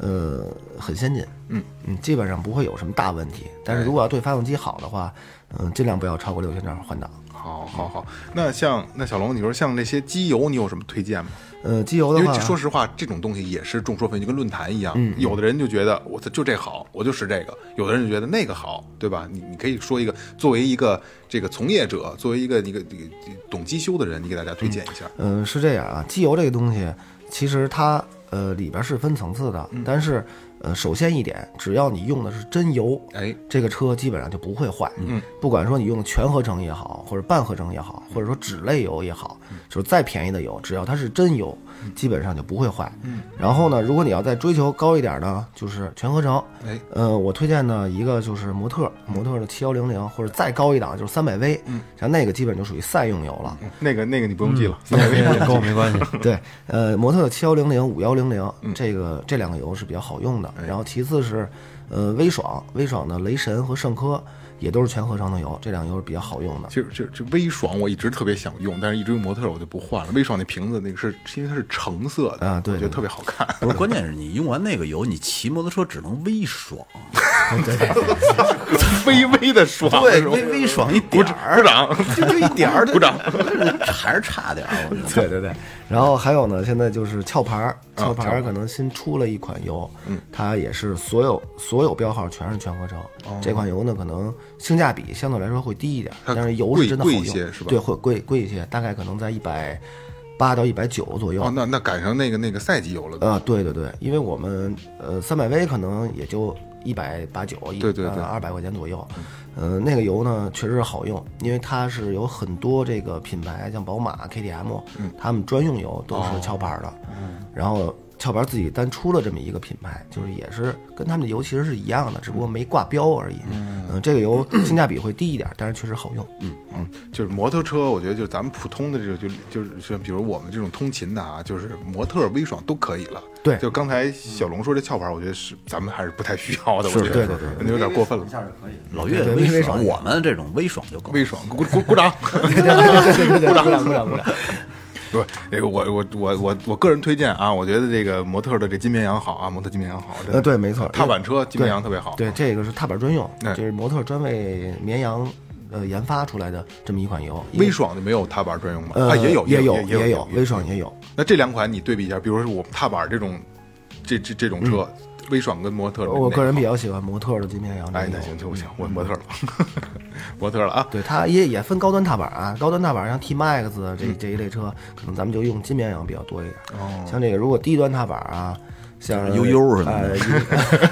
呃，很先进，嗯嗯，基本上不会有什么大问题。但哎是如果要对发动机好的话，嗯，尽量不要超过六千转换挡。好好好。那像那小龙，你说像那些机油，你有什么推荐吗？呃，机油的因话，为说实话，这种东西也是众说纷纭，就跟论坛一样，有的人就觉得我操就这好，我就使这个；有的人就觉得那个好，对吧？你你可以说一个，作为一个这个从业者，作为一个一个一个一个懂机修的人，你给大家推荐一下。嗯，是这样啊，机油这个东西，其实它呃里边是分层次的，嗯但是呃，首先一点，只要你用的是真油，哎，这个车基本上就不会坏。嗯，不管说你用的全合嗯成也好，或者半合成也好，或者说脂类油也好，就是再便宜的油，只要它是真油，基本上就不会坏。嗯，然后呢，如果你要再追求高一点呢，就是全合成。哎，呃，我推荐呢一个就是模特，模特的七幺零零，或者再高一档就是三百 V，像那个基本就属于赛用油了。那个那个你不用记了，那个跟我没关系。 [LAUGHS] 对，呃，模特的七幺零零、五幺零零，嗯这个这两个油是比较好用哎的。然后其次是，呃，微爽，微爽的雷神和圣科也都是全合成的油，这两个油是比较好用的。其实这这微爽我一直特别想用，但是一直用模特我就不换了。微爽那瓶子那个是因为它是橙色的啊对我觉得特别好看。不是，关键是你用完那个油，你骑摩托车只能微 [LAUGHS] 爽，微微的爽，对，是吧微微爽一鼓点掌儿，鼓掌，就就一 [LAUGHS] 点儿，鼓掌。还是差点儿，我觉得。对对对，然后还有呢，现在就是壳牌儿，啊壳牌儿可能新出了一款油，嗯它也是所有所有标号全是全合成。这款油呢，可能性价比相对来说会低一点，哦它但是油是真的好贵用，贵一些是吧对，会贵贵一些，大概可能在一百八到一百九左右。哦，那那赶上那个那个赛季油了，啊，对对对，因为我们呃三百 V 可能也就一百八九，对对对二百块钱左右。呃，那个油呢确实好用，因为它是有很多这个品牌，像宝马、KTM，他们专用油都是壳牌儿的，然后。壳牌儿自己单出了这么一个品牌，就是也是跟他们的油其实是一样的，只不过没挂标而已。嗯、这个油性价比会低一点，但是确实好用。嗯，就是摩托车，我觉得就是咱们普通的这种，就就是像比如我们这种通勤的啊，就是模特、微爽都可以了。对就刚才小龙说这壳牌，我觉得是咱们还是不太需要的，我觉得对对对，可能有点过分了一。下就可以了。老岳对微微爽，爽我们这种微爽就够。微爽，鼓鼓鼓掌！对对对对对，鼓掌鼓掌鼓掌。不，那个我我我我我个人推荐啊，我觉得这个模特的这金绵羊好啊，模特金绵羊好。真的呃，对，没错，踏板车金绵羊特别好。对，这个是踏板专用，哎这是模特专为绵羊呃研发出来的这么一款油。因为微爽的没有踏板专用吗？呃啊，也有也有也也有微爽也有。那这两款你对比一下，比如说我们踏板这种，这这这种车，微爽跟模特，我个人比较较喜欢模特的金绵羊这哎，个那油。行行行，我模特了，模特了啊。对，它也也分高端踏板啊，高端踏板像 T Max 这嗯这一类车，可能咱们就用金绵羊比较多一点。哦，像这个如果低端踏板啊，像悠悠似的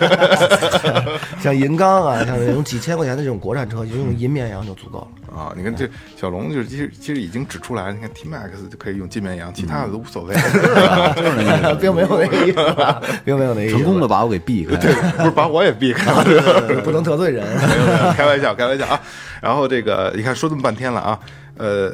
呃银像银钢啊，像这种几千块钱的这种国产车，就用银绵羊就足够 [LAUGHS] 了。啊，你看这小龙就是其实其实已经指出来了，你看 T Max 就可以用金绵羊，其他的都无所谓。就是那哎 [LAUGHS] 个并没有那个意思啊，并没有那个意思，成功的把我给避开。对，不是把我也避开了，对 [LAUGHS] 不能得罪人。没有没有，开玩笑，开玩笑啊。然后这个你看说这么半天了啊，呃，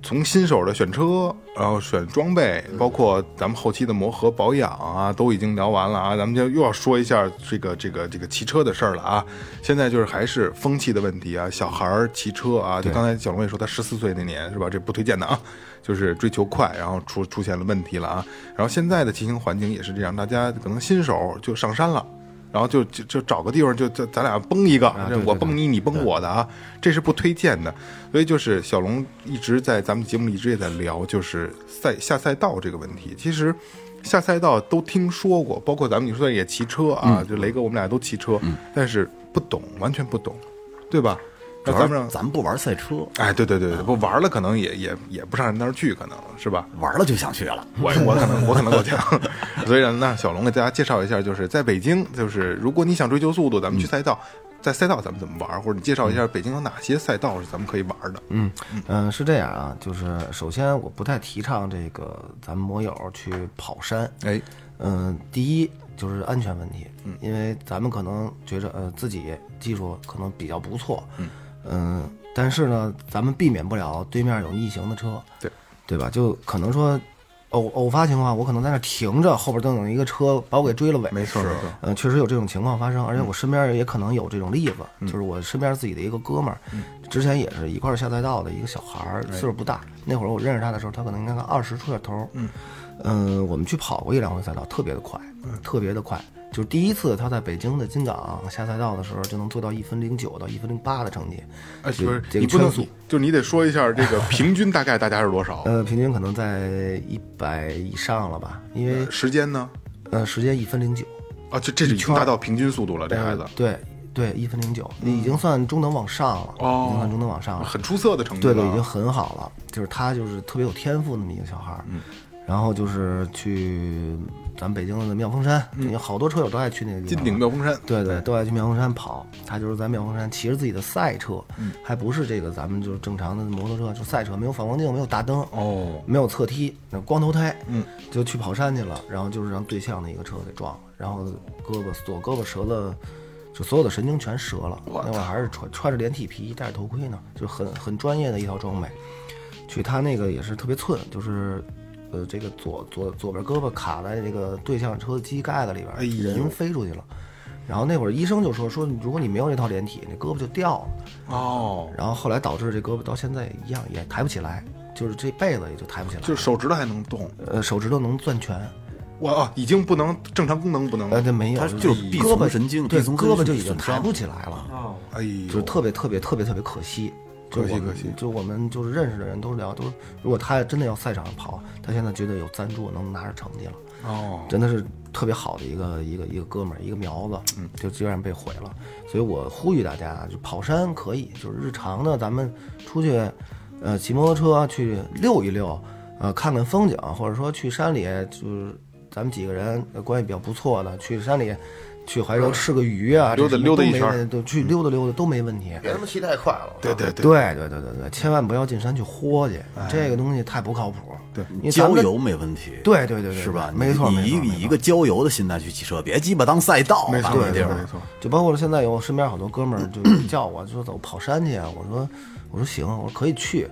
从新手的选车，然后选装备，包括咱们后期的磨合保养啊，都已经聊完了啊。咱们就又要说一下这个这个这个骑车的事儿了啊。现在就是还是风气的问题啊，小孩儿骑车啊，就刚才小龙也说他十四岁那年是吧？这不推荐的啊。就是追求快，然后出出现了问题了啊。然后现在的骑行环境也是这样，大家可能新手就上山了。然后就就就找个地方就就咱俩崩一个，啊这我崩你，你崩我的啊，这是不推荐的。所以就是小龙一直在咱们节目里一直也在聊，就是赛下赛道这个问题。其实下赛道都听说过，包括咱们你说也骑车啊，嗯就雷哥我们俩都骑车，但是不懂，完全不懂，对吧？主那要咱们是让咱们不玩赛车，哎，对对对对，不玩了可能也也也不上人那儿去，可能是吧？玩了就想去了。 [LAUGHS] 我我可能我可能够呛，所以呢，那小龙给大家介绍一下，就是在北京，就是如果你想追求速度，咱嗯们去赛道，在赛道咱们怎么玩，或者你介绍一下北京有哪些赛道是咱们可以玩的。嗯嗯、是这样啊，就是首先我不太提倡这个咱们摩友去跑山，哎，嗯、第一就是安全问题，因为咱们可能觉着呃自己技术可能比较不错，嗯、但是呢，咱们避免不了对面有逆行的车，对对吧？就可能说偶偶发情况，我可能在那儿停着，后边都有一个车把我给追了尾，没错没错嗯，确实有这种情况发生，而且嗯我身边也可能有这种例子，就是我身边自己的一个哥们儿，嗯之前也是一块儿下赛道的一个小孩哎儿，岁数不大。那会儿我认识他的时候，他可能应该二十出点头。嗯，我们去跑过一两回赛道，特别的快，嗯特别的快。就是第一次他在北京的金港下赛道的时候，就能做到一分零九到一分零八的成绩。哎，这不是这你个不圈能速，，就是你得说一下这个平均大概大家是多少？呃，平均可能在一百以上了吧，因为 [LAUGHS] 时间呢？呃时间一分零九。啊，这这是已经达到平均速度了，这孩子嗯呃对对，一分零九，已经算中等往上了，哦已经算中等往上了，很出色的成绩对了。啊嗯对，已经很好了。就是他就是特别有天赋那么一个小孩儿。然后就是去咱们北京的妙峰山，有好多车友都爱去那个地嗯方玩。金顶妙峰山，对对，都爱去妙峰山跑。他就是在妙峰山骑着自己的赛车，嗯还不是这个咱们就是正常的摩托车，就赛车，没有反光镜，没有大灯，哦，没有侧踢，那光头胎，嗯，就去跑山去了。然后就是让对向的一个车给撞了，然后胳膊左胳膊折了，就所有的神经全折了。那会儿还是穿穿着连体皮，戴着头盔呢，就很很专业的一套装备。去他那个也是特别寸，就是。呃，这个左左左边胳膊卡在这个对向车的机盖子里边，哎呦人飞出去了。然后那会儿医生就说说，如果你没有这套连体，你胳膊就掉了。哦，然后后来导致这胳膊到现在一样也抬不起来，就是这辈子也就抬不起来，就是手指头还能动，呃手指头能攥拳，哇哦，已经不能正常功能不能呃，，这没有，它就是臂胳膊丛神经对臂丛神胳膊经就已经损抬伤哦不起来了，哎就呦是，特别特别特别特别可惜。就可惜我们可惜就我们就是认识的人都聊，都如果他真的要赛场上跑，他现在绝对有赞助，能拿着成绩了，哦，真的是特别好的一个一个一个哥们儿，一个苗子，嗯，就居然被毁了。所以我呼吁大家，啊就跑山可以，就是日常的咱们出去，呃，骑摩托车去溜一溜，呃，看看风景，或者说去山里，就是咱们几个人呃关系比较不错的，去山里。去怀柔吃个鱼啊，溜达这什么溜达都一没圈儿问题，都去溜达溜达都没问题。别他妈骑太快了，啊对对对对，对对对对，千万不要进山去豁去，这个东西太不靠谱。对因为咱郊们游没问题，对对对对是吧？没错你没以错没以一错个郊游的心态去骑车，别鸡巴当赛道，没把错那地没儿错没错，就包括现在有身边好多哥们儿 [CLEARS THROAT] 就叫我，就说走跑山去啊。我说我说行，我说可以去。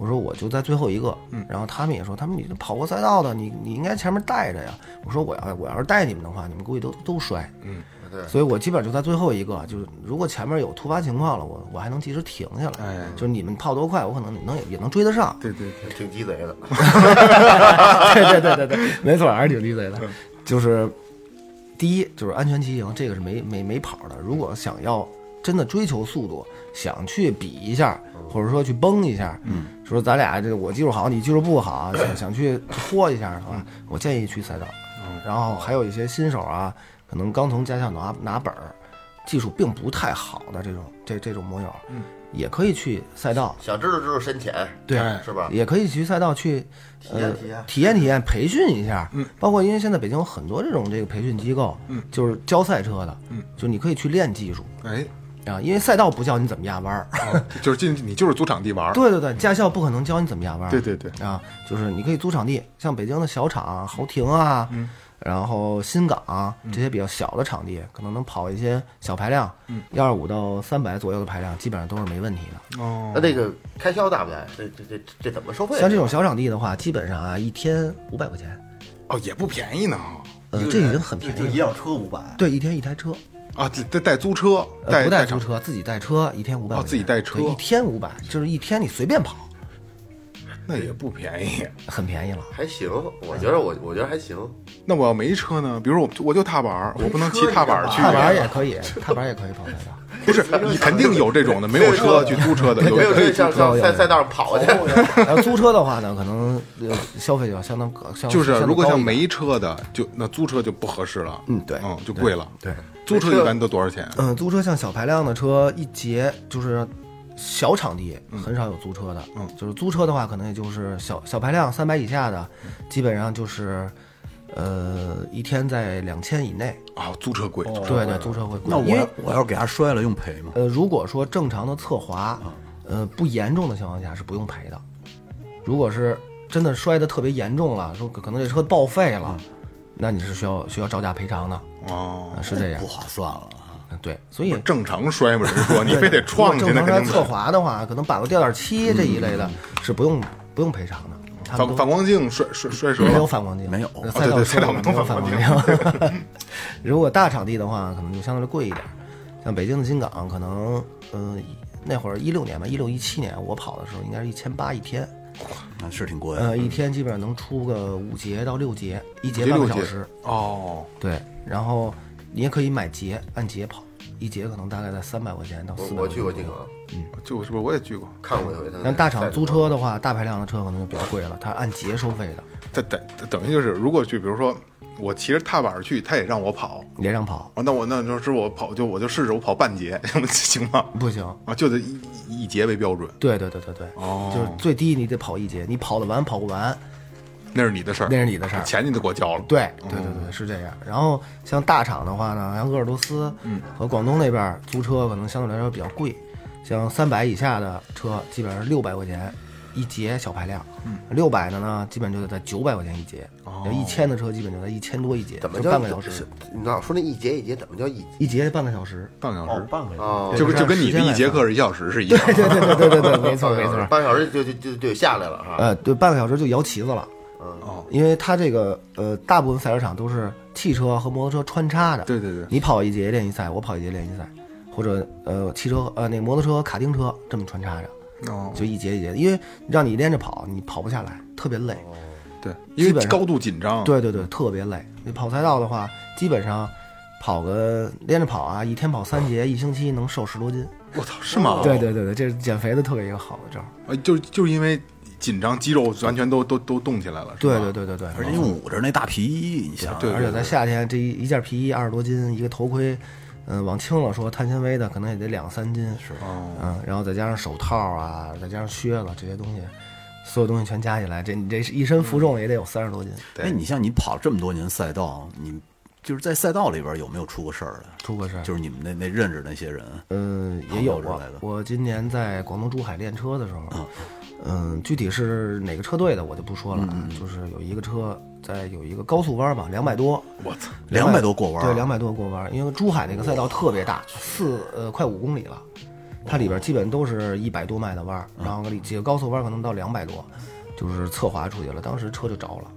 我说我就在最后一个，然后他们也说，他们你都跑过赛道的，你你应该前面带着呀。我说我要我要是带你们的话，你们估计都都摔。嗯，对。所以我基本就在最后一个，就是如果前面有突发情况了，我我还能及时停下来。哎，就是你们跑多快，我可能能也也能追得上。对对对，挺鸡贼的。 [LAUGHS] 对对对对对，嗯没错，还是挺鸡贼的。就是第一就是安全骑行，这个是没没没跑的。如果想要真的追求速度，想去比一下，或者说去崩一下，嗯，说咱俩这我技术好，你技术不好啊，想想去豁一下的话，我建议去赛道。然后还有一些新手啊，可能刚从驾校拿拿本儿，技术并不太好的这种这这种摩友，也可以去赛道。想知道知道深浅，对哎是吧？也可以去赛道去体验体验体验体验培训一下，嗯，包括因为现在北京有很多这种这个培训机构，嗯，就是教赛车的，嗯，就你可以去练技术哎，啊，因为赛道不教你怎么压弯儿，哦就是进你就是租场地玩儿，对对对，驾校不可能教你怎么压弯儿，对对对啊，就是你可以租场地，像北京的小场豪庭啊，嗯，然后新港啊这些比较小的场地，可能能跑一些小排量，嗯，幺二五到三百左右的排量，基本上都是没问题的。哦，那这个开销大不大？这这这这怎么收费？像这种小场地的话，基本上啊一天五百块钱，哦也不便宜呢，呃，这已经很便宜嗯就了一。辆车五百，对，一天一台车，啊，这带带租车，呃，不带场租车，自己带车，一天五百。哦自己带车对一天五百，就是一天你随便跑，那也不便宜。很便宜了。还行，我觉得我我觉得还 [LAUGHS] 行。那我要没车呢？比如说我我就踏板儿，我不能骑踏板儿去。啊踏板儿也 [LAUGHS] 可以，踏板儿也可以跑赛道。不是，你肯定有这种的，没有车去租车的，有没有可以这租像车。上赛赛道上跑去，然后租车的话呢，可能呃消费就要相当高，相就是相当如果高像一点没车的，就那租车就不合适了。嗯对嗯，就贵了。对，租车一般都多少钱？啊嗯，租车像小排量的车一节就是小场地很少有租车的，嗯就是租车的话，可能也就是小小排量三百以下的，基本上就是呃一天在两千以内。啊，租车贵。对对，租车会贵。那我因为要我要是给他摔了，用赔吗？呃，如果说正常的侧滑，啊呃，不严重的情况下是不用赔的。如果是真的摔得特别严重了，说可可能这车报废了，嗯那你是需要需要照价赔偿的，哦，啊是这样不。划算了啊。嗯对，所以正常摔嘛，人 [LAUGHS] 说你非得哦撞如去果，那正肯常来定嗯侧得。滑的话，可能板个掉点漆这一类的，是不用不用赔偿的。他反们都反光镜摔摔摔折没有了。反光镜，呃没有哦赛道对对车赛道没没有有反反光光镜。 [LAUGHS] 如果大场地的话，可能就相对贵一点。像北京的金港，可能嗯、那会儿一六年吧，一六一七年我跑的时候，应该是一千八一天，那是挺贵的，呃，一天基本上能出个五节到六节，一节五节半个六小节时。哦，对，然后你也可以买节，按节跑，一节可能大概在三百块钱到我四百。 [LAUGHS] 我去过金港，就是不是我也去过，看过一回。但大厂租车的话，大排量的车可能就比较贵了，它是按节收费的，这等等于就是，如果去，比如说我骑着踏板儿去，他也让我跑，也让跑啊，那我那就是我跑就我就试试我跑半截， [LAUGHS] 行吗？不行。啊，就得一一一节为标准，对对对对对，哦就是最低你得跑一节，你跑得完跑不完，那是你的事儿，那是你的事儿钱你得给我交了。对对对对，是这样。然后像大厂的话呢，像鄂尔多斯和广东那边儿租车可能相对来说比较贵，像三百以下的车基本上是六百块钱一节小排量，六百的呢基本就得在九百块钱一节，有一千的车基本就在一千多一节，怎么就叫半个小时？你老说那一节一节怎么叫一节？一节半个小时。半个小哦时，，半个月哦，就跟对就跟你的一节课是一小时是一样的。对对对对对对，没错没错。半小时就就就就下来了哈。呃，对，半个小时就摇旗子了。嗯，因为它这个呃，大部分赛车场都是汽车和摩托车穿插的。对对对你跑一节练一赛，我跑一节练一赛，或者呃，汽车呃那个摩托车、卡丁车这么穿插着，哦，就一节一节，因为让你连着跑，你跑不下来，特别累。哦对，基因本为上高度紧张。对对对，特别累。你跑赛道的话，基本上跑个连着跑啊，一天跑三节，一星期能瘦十多斤。我操，是哦吗？对对对对，这是减肥的特别一个好的招儿。啊，就就是因为紧张，肌肉完全都都都动起来了。是吧对对对对对，而且你捂着那大皮衣，你想对而且在夏天，这一一件皮衣二十多斤，一个头盔，嗯、往轻了说，碳纤维的可能也得两三斤，是，哦嗯，然后再加上手套啊，再加上靴子这些东西，所有东西全加起来，这你这是一身负重也得有三十多斤，哎，你像你跑这么多年赛道，你就是在赛道里边有没有出过事儿的？出过事儿就是你们那那认识那些人，嗯，跑也有道之过类的。我今年在广东珠海练车的时候，嗯，具体是哪个车队的我就不说了，啊，嗯就是有一个车在有一个高速弯吧，两百多，我操，两百多过弯，对，两，百多过弯儿，因为珠海那个赛道特别大，四呃快五公里了，它里边基本都是一百多迈的弯儿，嗯然后几个高速弯儿可能到两百多，就是侧滑出去了，当时车就着了，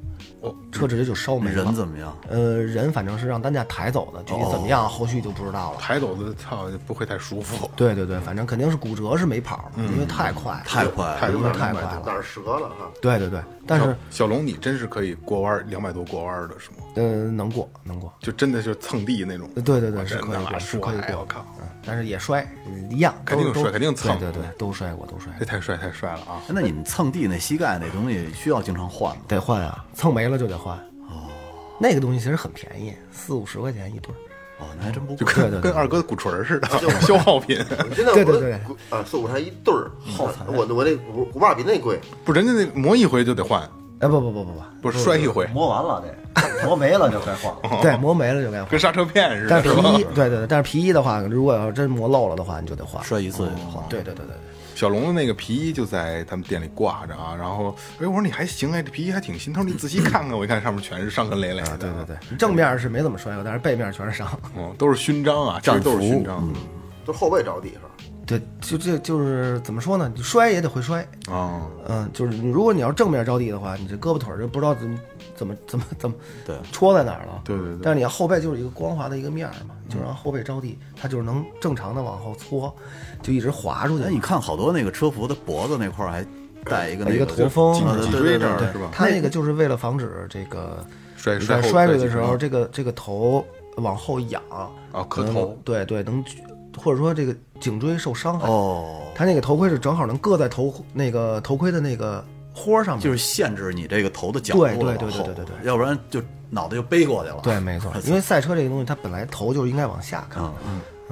车直接就烧没了。哦人怎么哦样？呃，人反正是让担架抬走的，具体怎么样，后续就不知道了。抬走的操不会太舒服。对对对，反正肯定是骨折是没跑了，因为太快了，嗯太快了哎太快了，太快哪了。儿折了 [LAUGHS] 哈？对对对，但是小龙，你真是可以过弯两百多过弯的是吗？呃，能过能过，就真的就是蹭地那种。对对对，我是真可以的过，是可以哎过我靠，嗯但是也摔，嗯一样，肯定都都摔肯定蹭哎对对对，都摔过，都摔过这。太帅太帅了啊！那你们蹭地那膝盖那东西需要经常换吗？得换啊，蹭没了就得换。哦，那个东西其实很便宜，四五十块钱一对儿。哦，那还真不就贵。对对跟对跟二哥的鼓槌儿似的， [LAUGHS] 消耗品。现在我对对对啊，四五上一对儿，好惨！我我那古古巴比那贵，不，人家那磨一回就得换，哎，不不不不不， [LAUGHS] 不是摔一回，磨完了得，磨没了就该换了。对，磨没了就该换跟。刹车片似但的，是是皮吧？衣，对对对，但是皮衣的话，如果要真磨漏了的话，你就得换。摔一次就哦换。对对对对对，小龙的那个皮衣就在他们店里挂着啊，然后哎，我说你还行哎，这皮衣还挺新。他说你仔细看看，我一看上面全是伤痕累累的，对啊对对，对，正面是没怎么摔过，但是背面全是伤。 [LAUGHS] 嗯，都是勋章啊，这都是嗯勋章就后背着地是吧？对，就这就是怎么说呢？你摔也得会摔。啊，嗯，就是你如果你要是正面着地的话，你这胳膊腿儿就不知道怎么怎么怎么怎么对戳在哪儿了。对对对但是你要后背就是一个光滑的一个面儿嘛，就让后背着地，它就是能正常的往后搓，就一直滑出去。哎，你看好多那个车服的脖子那块儿还带一个那一个驼峰颈啊椎对对对这儿对是吧它那个就是为了防止这个摔你摔在后摔摔着几的时分候，钟这个这个头往后仰啊磕能头对对，能举或者说这个颈椎受伤害。哦，它那个头盔是正好能硌在头那个头盔的那个豁儿上面，就是限制你这个头的角度了对对对往后对对对对要不然就脑袋就背过去了。对，没错，因为赛车这个东西，它本来头就应该往下看。嗯嗯，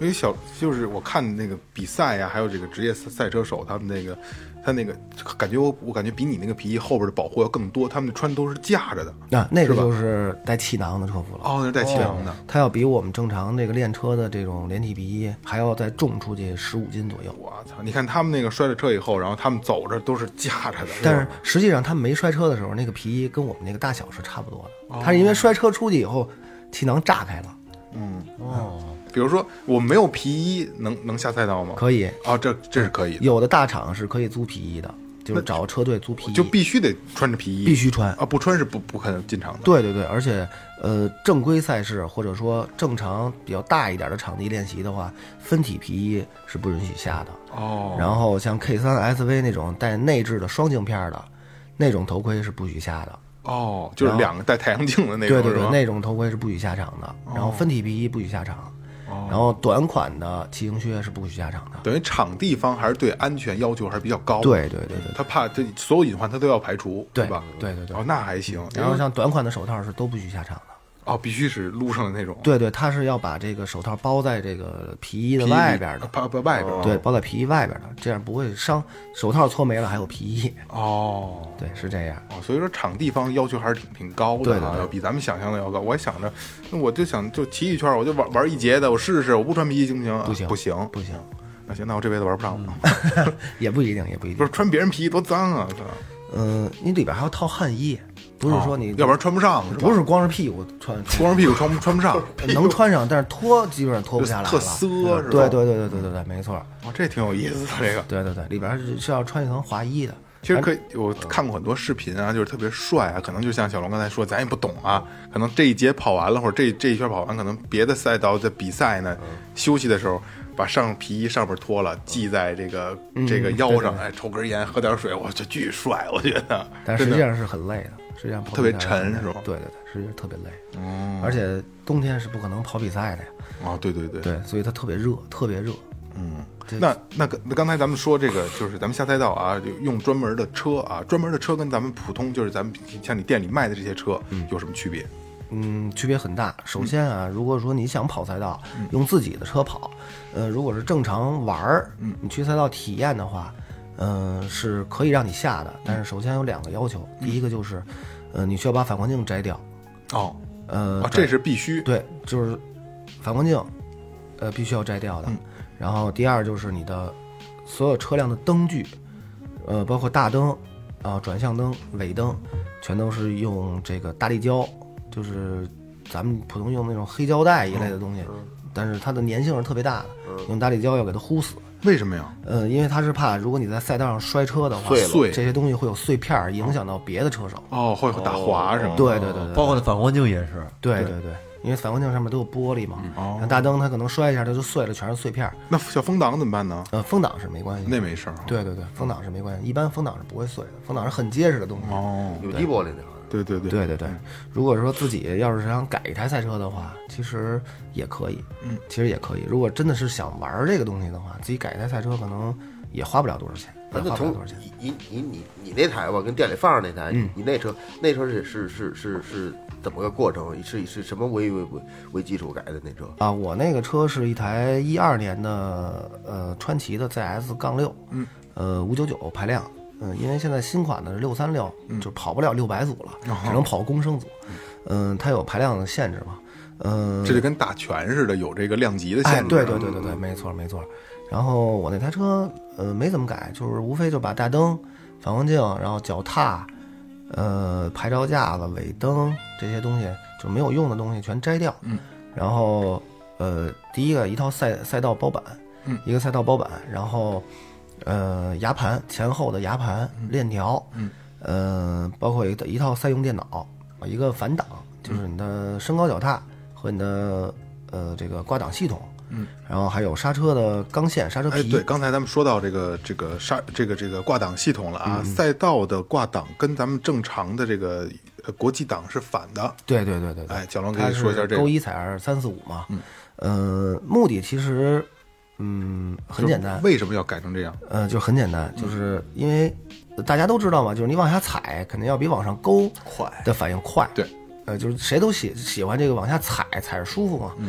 因为小就是我看那个比赛呀、还有这个职业赛赛车手他们那个，他那个感觉我我感觉比你那个皮衣后边的保护要更多，他们穿都是架着的，那、那啊是个吧就是带气囊的车服了。哦，那是带气囊的，它要比我们正常这个练车的这种连体皮衣还要再重出去十五斤左右。我操！你看他们那个摔了车以后，然后他们走着都是架着的，但是实际上他们没摔车的时候，那个皮衣跟我们那个大小是差不多哦的。它是因为摔车出去以后，气囊炸开了，比如说我没有皮衣能能下赛道吗？可以。啊，这这是可以的，有的大厂是可以租皮衣的，就是找车队租皮衣，就必须得穿着皮衣，嗯必须穿。啊，不穿是不不可能进场的。对对对，而且呃，正规赛事或者说正常比较大一点的场地练习的话，分体皮衣是不允许下的。哦，然后像 K 三 SV 那种带内置的双镜片儿的那种头盔是不许下的。哦，就是两个戴太阳镜的那种，对对是对，吧哦那种头盔是不许下场的。然后分体皮衣不许下场，然后短款的骑行靴是不许下场的。等于场地方还是对安全要求还是比较高。，对对对对他怕这所有隐患他都要排除，对吧？对对对哦，那还行。对。然后像短款的手套是都不许下场的。哦，必须是撸上的那种，对对，他是要把这个手套包在这个皮衣的皮衣啊外边的，包包外边儿对，包在皮衣外边的，这样不会伤。手套搓没了还有皮衣，哦。对，是这样。哦，所以说场地方要求还是挺挺高的、啊，对对对要比咱们想象的要高。我还想着，那我就想就骑一圈，我就玩玩一节的，我试试，我不穿皮衣行不行啊？不行嗯不行，不行，那行，那我这辈子玩不上了。也不一定，也不一不定是。穿别人皮衣多脏啊！嗯，你里边还要套汗衣，不是说你，哦要不然穿不上，不是是光是屁股穿，呃吧光着屁股穿不穿不上，能穿上，但是脱基本上脱不下来了。嗯特涩是吧？对对对对对对对，没错，哦，这挺有意思的这个。对对对，里边是是要穿一层滑衣的。其实可以，我看过很多视频啊，就是特别帅啊，可能就像小龙刚才说，咱也不懂啊，可能这一节跑完了，或者这这一圈跑完，可能别的赛道在比赛呢，休息的时候把上皮衣上面脱了，系在这个嗯这个腰上，哎，抽根烟，喝点水，我这巨帅，我觉得，但实真际的上是很累的，实际上跑特别比赛很沉累是吧哦对对对，实际上特别累。嗯，而且冬天是不可能跑比赛的呀。啊，对对对，对，所以它特别热，特别热。对那那个那刚才咱们说这个，就是咱们下赛道啊，就用专门的车啊，专门的车跟咱们普通就是咱们像你店里卖的这些车有什么区别？嗯，区别很大。首先啊，如果说你想跑赛道，用自己的车跑，呃，如果是正常玩儿，你去赛道体验的话，嗯、是可以让你下的。但是首先有两个要求，第一个就是，呃，你需要把反光镜摘掉，哦，呃，啊，这是必须，对，就是反光镜，呃，必须要摘掉的。嗯然后第二就是你的所有车辆的灯具，呃，包括大灯啊、转向灯、尾灯，全都是用这个大力胶，就是咱们普通用那种黑胶带一嗯类的东西，但是它的粘性是特别大的，用大力胶要给它糊死。为什么呀？呃，因为它是怕如果你在赛道上摔车的话，碎了碎这些东西会有碎片儿影响到别的车手。哦，会打滑什么的。对对对对，包括那反光镜也是，对对对，因为反光镜上面都有玻璃嗯嘛，哦像大灯它可能摔一下，它就碎了，全是碎片儿。那小风挡怎么办呢？呃，风挡是没关系的，那没事儿啊。对对对，风挡是没关系，一般风挡是不会碎的，风挡是很结实的东西。哦，嗯有机玻璃那玩意儿对对对对对对，如果说自己要是想改一台赛车的话，其实也可以，嗯，其实也可以。如果真的是想玩这个东西的话，自己改一台赛车可能也花不了多少钱，也咱就花不了从多少钱。你你你你那台吧，跟店里放着那台，你那车那车是是是是是怎么个过程？是是什么为为为为基础改的那车？啊，我那个车是一台一二年的呃川崎的 ZS 杠六，嗯，呃五九九排量，嗯、因为现在新款的六三六就跑不了六百组了，只能跑公升组，嗯、它有排量的限制嘛，嗯、这就跟打拳似的，有这个量级的哎，限制。嗯对对对对对，没错没错。然后我那台车呃没怎么改，就是无非就把大灯、反光镜，然后脚踏，呃牌照架子、尾灯这些东西就没有用的东西全摘掉。嗯。然后呃，第一个一套赛赛道包板，嗯，一个赛道包板，然后呃牙盘前后的牙盘、链条，嗯，呃包括一个一套赛用电脑，一个反挡，就是嗯你的升高脚踏和你的呃这个挂档系统，嗯，然后还有刹车的钢线、刹车哎，皮，对，刚才咱们说到这个这个刹这个这个挂档系统了嗯啊，赛道的挂档跟咱们正常的这个呃国际档是反的。对对对对对，哎，小龙可它以是说一下这个勾。一踩二三四五嘛，嗯，呃，目的其实嗯很简单就，为什么要改成这样？呃，就很简单，就是因为大家都知道嘛，就是你往下踩肯定要比往上勾快的反应快，对，呃，就是谁都喜喜欢这个往下踩，踩着舒服嘛。嗯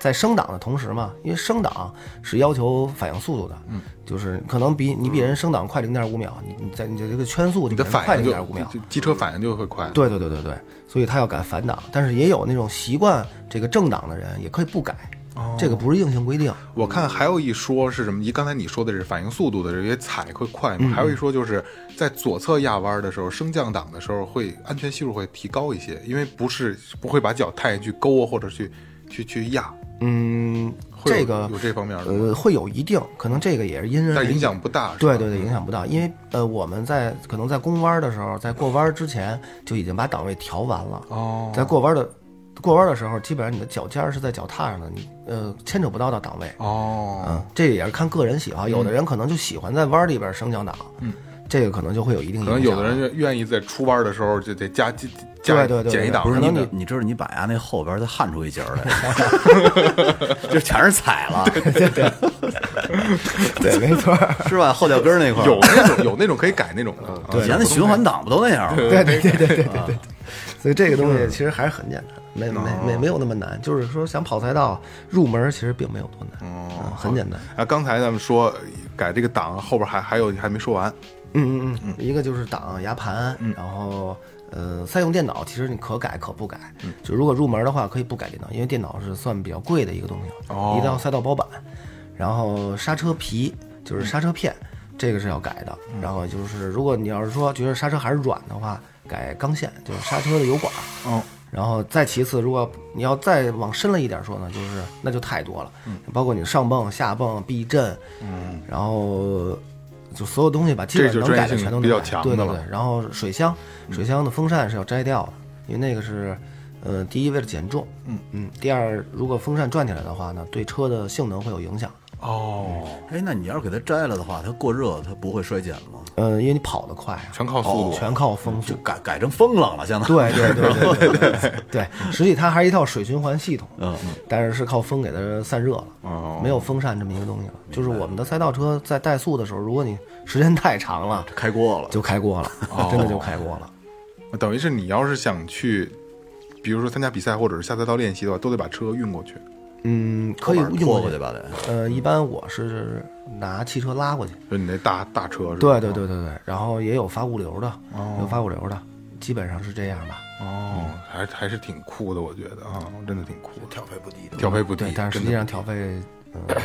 在升档的同时嘛，因为升档是要求反应速度的，嗯，就是可能比你比人升档快零点五秒，你你在你的这个圈速就你的比人快反应零就点五秒，就机车反应就会快。对对对对对，所以他要改反档，但是也有那种习惯这个正档的人也可以不改，哦这个不是硬性规定，我看还有一说是什么？一刚才你说的是反应速度的，这些踩会快嗯嘛？还有一说就是在左侧压弯的时候，升降档的时候会安全系数会提高一些，因为不是不会把脚探下去勾啊，或者去去去压，嗯，会有这个有这方面的吗，呃会有一定，可能这个也是因人而但异影。响不大。是吧对对对，影响不大，因为呃，我们在可能在攻弯的时候，在过弯之前就已经把档位调完了。哦，在过弯的过弯的时候，基本上你的脚尖儿是在脚踏上的，你呃牵扯不到到档位。哦，嗯，这也是看个人喜好，嗯有的人可能就喜欢在弯里边升降档，嗯，这个可能就会有一定影可响。能有的人就愿意在出弯的时候就得加加加对对对减一档，不是你可能你知道你把牙那后边儿再焊出一截儿来，就全是踩了，对，没错儿， [LAUGHS] 是吧？后脚跟儿那块儿有那种有那种可以改那种 [LAUGHS] 的。啊以前的循环档不都那样吗？对对对对对对对，所以这个东西其实还是很简单的。没没没哦没有那么难，就是说想跑赛道入门其实并没有多难，哦嗯，很简单。啊，刚才咱们说改这个档，后边还还有还没说完，嗯嗯嗯，一个就是挡牙盘，然后呃，赛用电脑其实你可改可不改，就如果入门的话可以不改电脑，因为电脑是算比较贵的一个东西，哦一定要赛道包板，然后刹车皮就是刹车片，这个是要改的，然后就是如果你要是说觉得刹车还是软的话，改钢线，就是刹车的油管，嗯，然后再其次，如果你要再往深了一点说呢，就是那就太多了，嗯包括你上泵、下泵、避震，嗯，然后就所有东西吧，基这本是能专业改的性全都能比较改强对的对了嗯对。然后水箱，水箱的风扇是要摘掉的，因为那个是，呃，第一为了减重，嗯嗯，第二如果风扇转起来的话呢，对车的性能会有影响，哎，那你要是给它摘了的话，它过热它不会衰减吗？呃，因为你跑得快啊，全靠速度全靠风速就，改改成风冷了，相当于对对对对对对实际它还是一套水循环系统，嗯嗯，但是是靠风给它散热了，哦没有风扇这么一个东西了。就是我们的赛道车在怠速的时候，如果你时间太长了，开锅了。就开锅了，真的就开锅了。等于是你要是想去，比如说参加比赛或者是下赛道练习的话，都得把车运过去。嗯，可以运拖过过去去。吧得。呃，一般我是拿汽车拉过去，就你那大大车是吧？对对对对对，然后也有发物流的，有发物流的，基本上是这样吧。哦，还是还是挺酷的，我觉得啊，真的挺酷的，调配不低的。调配不低对，，但是实真际的上调费，呃，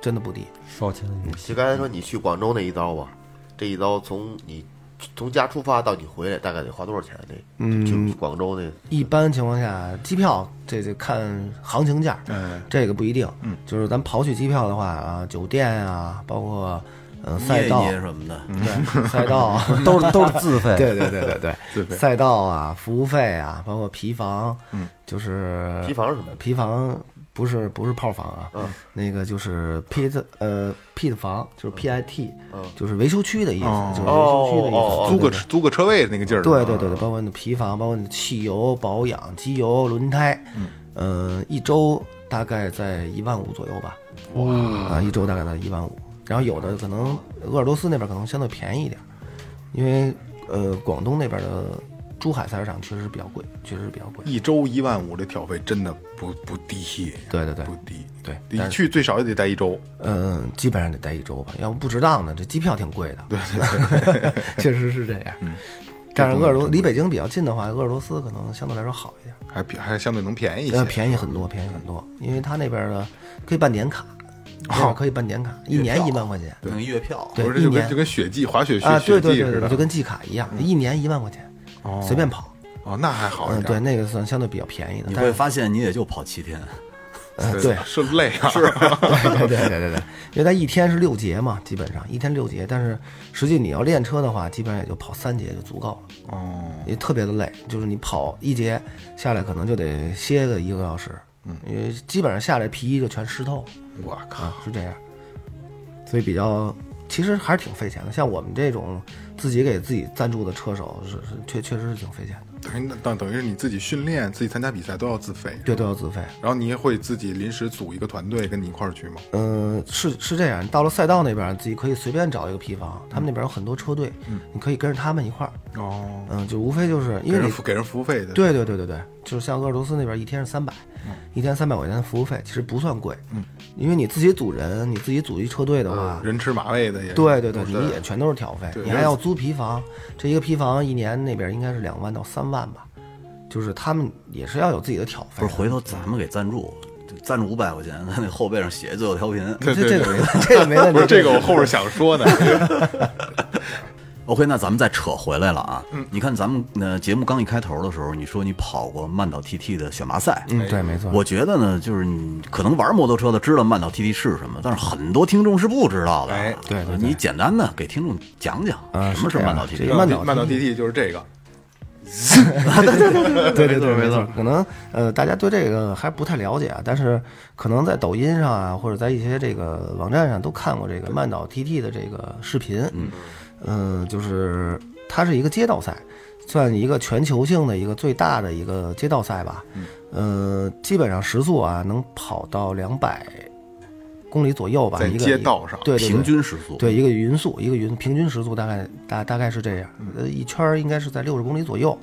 真的不低。烧钱了你。就刚才说你去广州那一遭吧，这一遭从你从家出发到你回来，大概得花多少钱？那嗯，去广州那一般情况下，机票这得看行情价，嗯，这个不一定，嗯，就是咱刨去机票的话啊，酒店啊，包括呃赛捏一道，嗯捏什么的，对，赛道啊都是 [LAUGHS] 都是自费，对对对对对，自费赛道啊，服务费啊，包括皮房，嗯，就是皮房是什么？皮房不是不是炮房啊，那个就是 pit 呃 pit 房，就是 pit，、就是维修区的意思，就是维修区的意思，哦哦哦租对个租个车位那个劲儿。啊对对对对，包括你的皮房，包括你的汽油、保养、机油、轮胎，嗯，呃，一周大概在一万五左右吧。哇，啊，一周大概在一万五。然后有的可能鄂尔多斯那边可能相对便宜一点，因为呃广东那边的珠海菜市场确实比较贵，确实比较贵。一周一万五，这调费真的不不低，对对对不低。对你去最少也得待一周。嗯、基本上得待一周吧，要不不值当的，这机票挺贵的。对对对， [LAUGHS] 确实是这样。嗯，但是鄂尔多离北京比较近的话，鄂尔多斯可能相对来说好一点。还比还相对能便宜一些呃，，便宜很多，便宜很多，因为他那边的可以办年卡，那哦边可以办年卡，一年一万块钱，弄一月票，对不是一就跟年就跟雪季滑雪啊，雪雪对对季对似对，的，嗯就跟季卡一样，一年一万块钱，随便跑，哦，那还好一嗯，点对，。那个算相对比较便宜的，你但会是发现你也就跑七天，嗯对，是累啊，是 [LAUGHS] 对对对对对对，因为它一天是六节嘛，基本上一天六节，但是实际你要练车的话，基本上也就跑三节就足够 [LAUGHS] 了，哦，也特别的累，就是你跑一节下来可能就得歇个一个多小时，嗯，因为基本上下来皮衣就全湿透了。我靠，啊，是这样，所以比较其实还是挺费钱的。像我们这种自己给自己赞助的车手是是确确实是挺费钱的，等于等等于是你自己训练、自己参加比赛都要自费，对，都要自费。然后你也会自己临时组一个团队跟你一块儿去吗？嗯、是是这样，到了赛道那边，自己可以随便找一个皮房，他们那边有很多车队，你可以跟着他们一块儿，哦，嗯、就无非就是因给为人你付给人服务费的，，对对对对对，就是像鄂尔多斯那边一天是三百、一天三百块钱的服务费，其实不算贵，嗯，因为你自己组人，你自己组一车队的话，人吃马喂的也是对对对，你也全都是挑费，你还要租皮房，这一个皮房一年那边应该是两万到三万吧，就是他们也是要有自己的挑费不的。是回头咱们给赞助，嗯就赞助五百块钱， [LAUGHS] 在那后背上写最后调频。对这对这个对没问这个没问不题，是这个，我后边想说呢。 OK，那咱们再扯回来了啊。嗯，你看咱们呃节目刚一开头的时候，你说你跑过曼岛 TT 的选拔赛，嗯，对，没错，我觉得呢，就是你可能玩摩托车的知道曼岛 TT 是什么，但是很多听众是不知道的。哎对对对你简单的给听众讲讲啊什么是是这曼样岛这 TT [LAUGHS] 个。慢导慢导 TT 就是这个，对对对，没错。可能呃，大家对这个还不太了解啊，但是可能在抖音上啊，或者在一些这个网站上都看过这个曼岛 TT 的这个视频。嗯，呃，就是它是一个街道赛，算一个全球性的一个最大的一个街道赛吧。嗯，呃，基本上时速啊能跑到两百公里左右吧，在一个街道上对对对平均时速，对，一个匀速，一个匀平均时速大概大大概是这样，呃，一圈儿应该是在六十公里左右。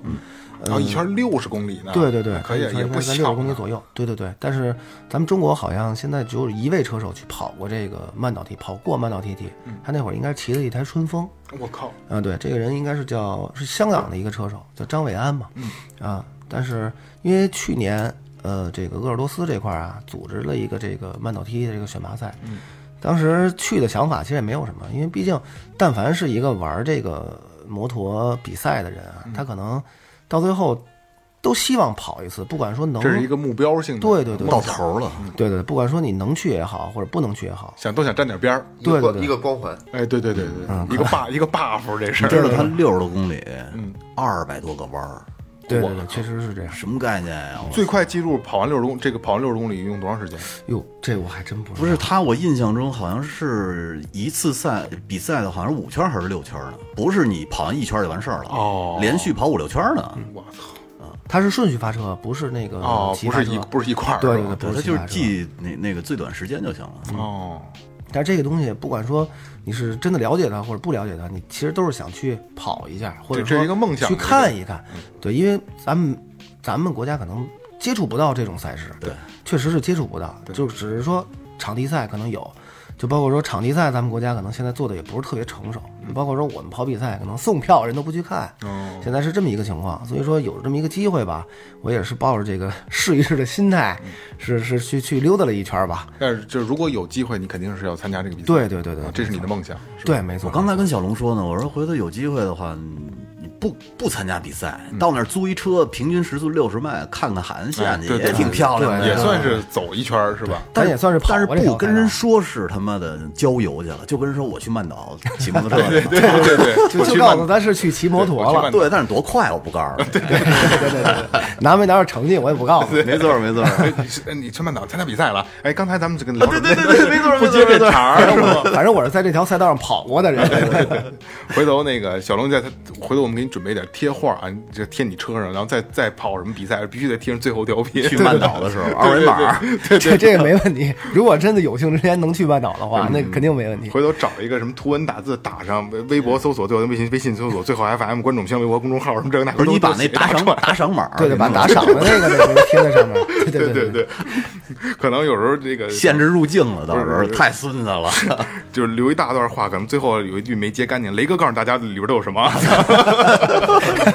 然后一圈六十公里呢，嗯对对对，可以一圈也应该不在小六呢十公里左右。对对对，但是咱们中国好像现在只有一位车手去跑过这个慢岛 T，跑过慢岛 TT，他嗯那会儿应该是骑的一台春风。我靠，啊，对，这个人应该是叫是香港的一个车手，叫张伟安嘛。嗯啊，但是因为去年呃，这个鄂尔多斯这块儿啊，组织了一个这个慢倒梯 E 的这个选拔赛。嗯当时去的想法其实也没有什么，因为毕竟但凡是一个玩这个摩托比赛的人啊，嗯他可能到最后都希望跑一次，不管说能这是一个目标性的，对对对到到头了，对对，不管说你能去也好，或者不能去也好，想都想沾点边儿。对一对个对一个光环，哎，对对对嗯对，一个 buff 一个 buff 这事你知道儿，他六十多公里，嗯二百多个弯儿，对对对，确实是这样。什么概念呀、我最快记录跑完六十公，这个跑完六十公里用多长时间？哟，这我还真不知不道。是他，我印象中好像是一次赛比赛的，好像是五圈还是六圈呢，不是你跑完一圈就完事儿了，哦连续跑五六圈呢。我操！他是顺序发车，不是那个哦，骑不发是车一不是一块儿，对啊是对吧对，不对，是他就骑发是车记那那个最短时间就行了。哦，但这个东西，不管说你是真的了解它或者不了解它，你其实都是想去跑一下，或者这说是一个嗯梦想去对看一看。对，因为咱们咱们国家可能接触不到这种赛事，对，确实是接触不到，就只是说场地赛可能有。就包括说场地赛，咱们国家可能现在做的也不是特别成熟。嗯包括说我们跑比赛，可能送票人都不去看，哦现在是这么一个情况。所以说有这么一个机会吧，我也是抱着这个 [LAUGHS] 试一试的心态，嗯是是去去溜达了一圈儿吧。但是就是如果有机会，你肯定是要参加这个比赛。对对对对啊，这是你的梦想。对，没错。我刚才跟小龙说呢，我说回头有机会的话，你不不参加比赛，到那儿租一车，平均时速六十迈，看看海岸哎线去，对对也挺漂亮的，也算是走一圈儿是 [LAUGHS] 吧？咱也算是跑但是过这条不跟赛人道说是他妈的郊游去了，就跟人说我去曼岛骑摩托车去了。对对对，就我去就告诉曼咱是去骑摩我托去了曼，对，但是多快我不告诉你。对对，拿没拿着成绩我也不告诉你。没错没错。哎你是哎你去曼岛参加比赛了？哎，刚才咱们这个聊，对对啊对对没错不接没这错没错茬儿， [LAUGHS] 是吧反正我是在这条赛道上跑过的人。回头那个小龙在他，回头我们给你准备点贴画啊，你这贴你车上，然后再再跑什么比赛，必须得贴上最后调频。去曼岛的时 [LAUGHS] 候，二维码，这这个没问题。如果真的有幸之前能去半岛的话，那肯定没问题。回头找一个什么图文打字打上，微微博搜索最后微信微信搜索最后 FM 观众新浪微博公众号什么这个那个不是都你把都那写打上赏出来打赏码，对对，把打赏的那个那个贴在上面。 [LAUGHS] 对对对对对对， [LAUGHS] 可能有时候这个 [LAUGHS] 限制入境了，到时不候是太孙子了。就是留一大段话，可能最后有一句没接干净。雷哥告诉大家里边都有什 [LAUGHS] 么。对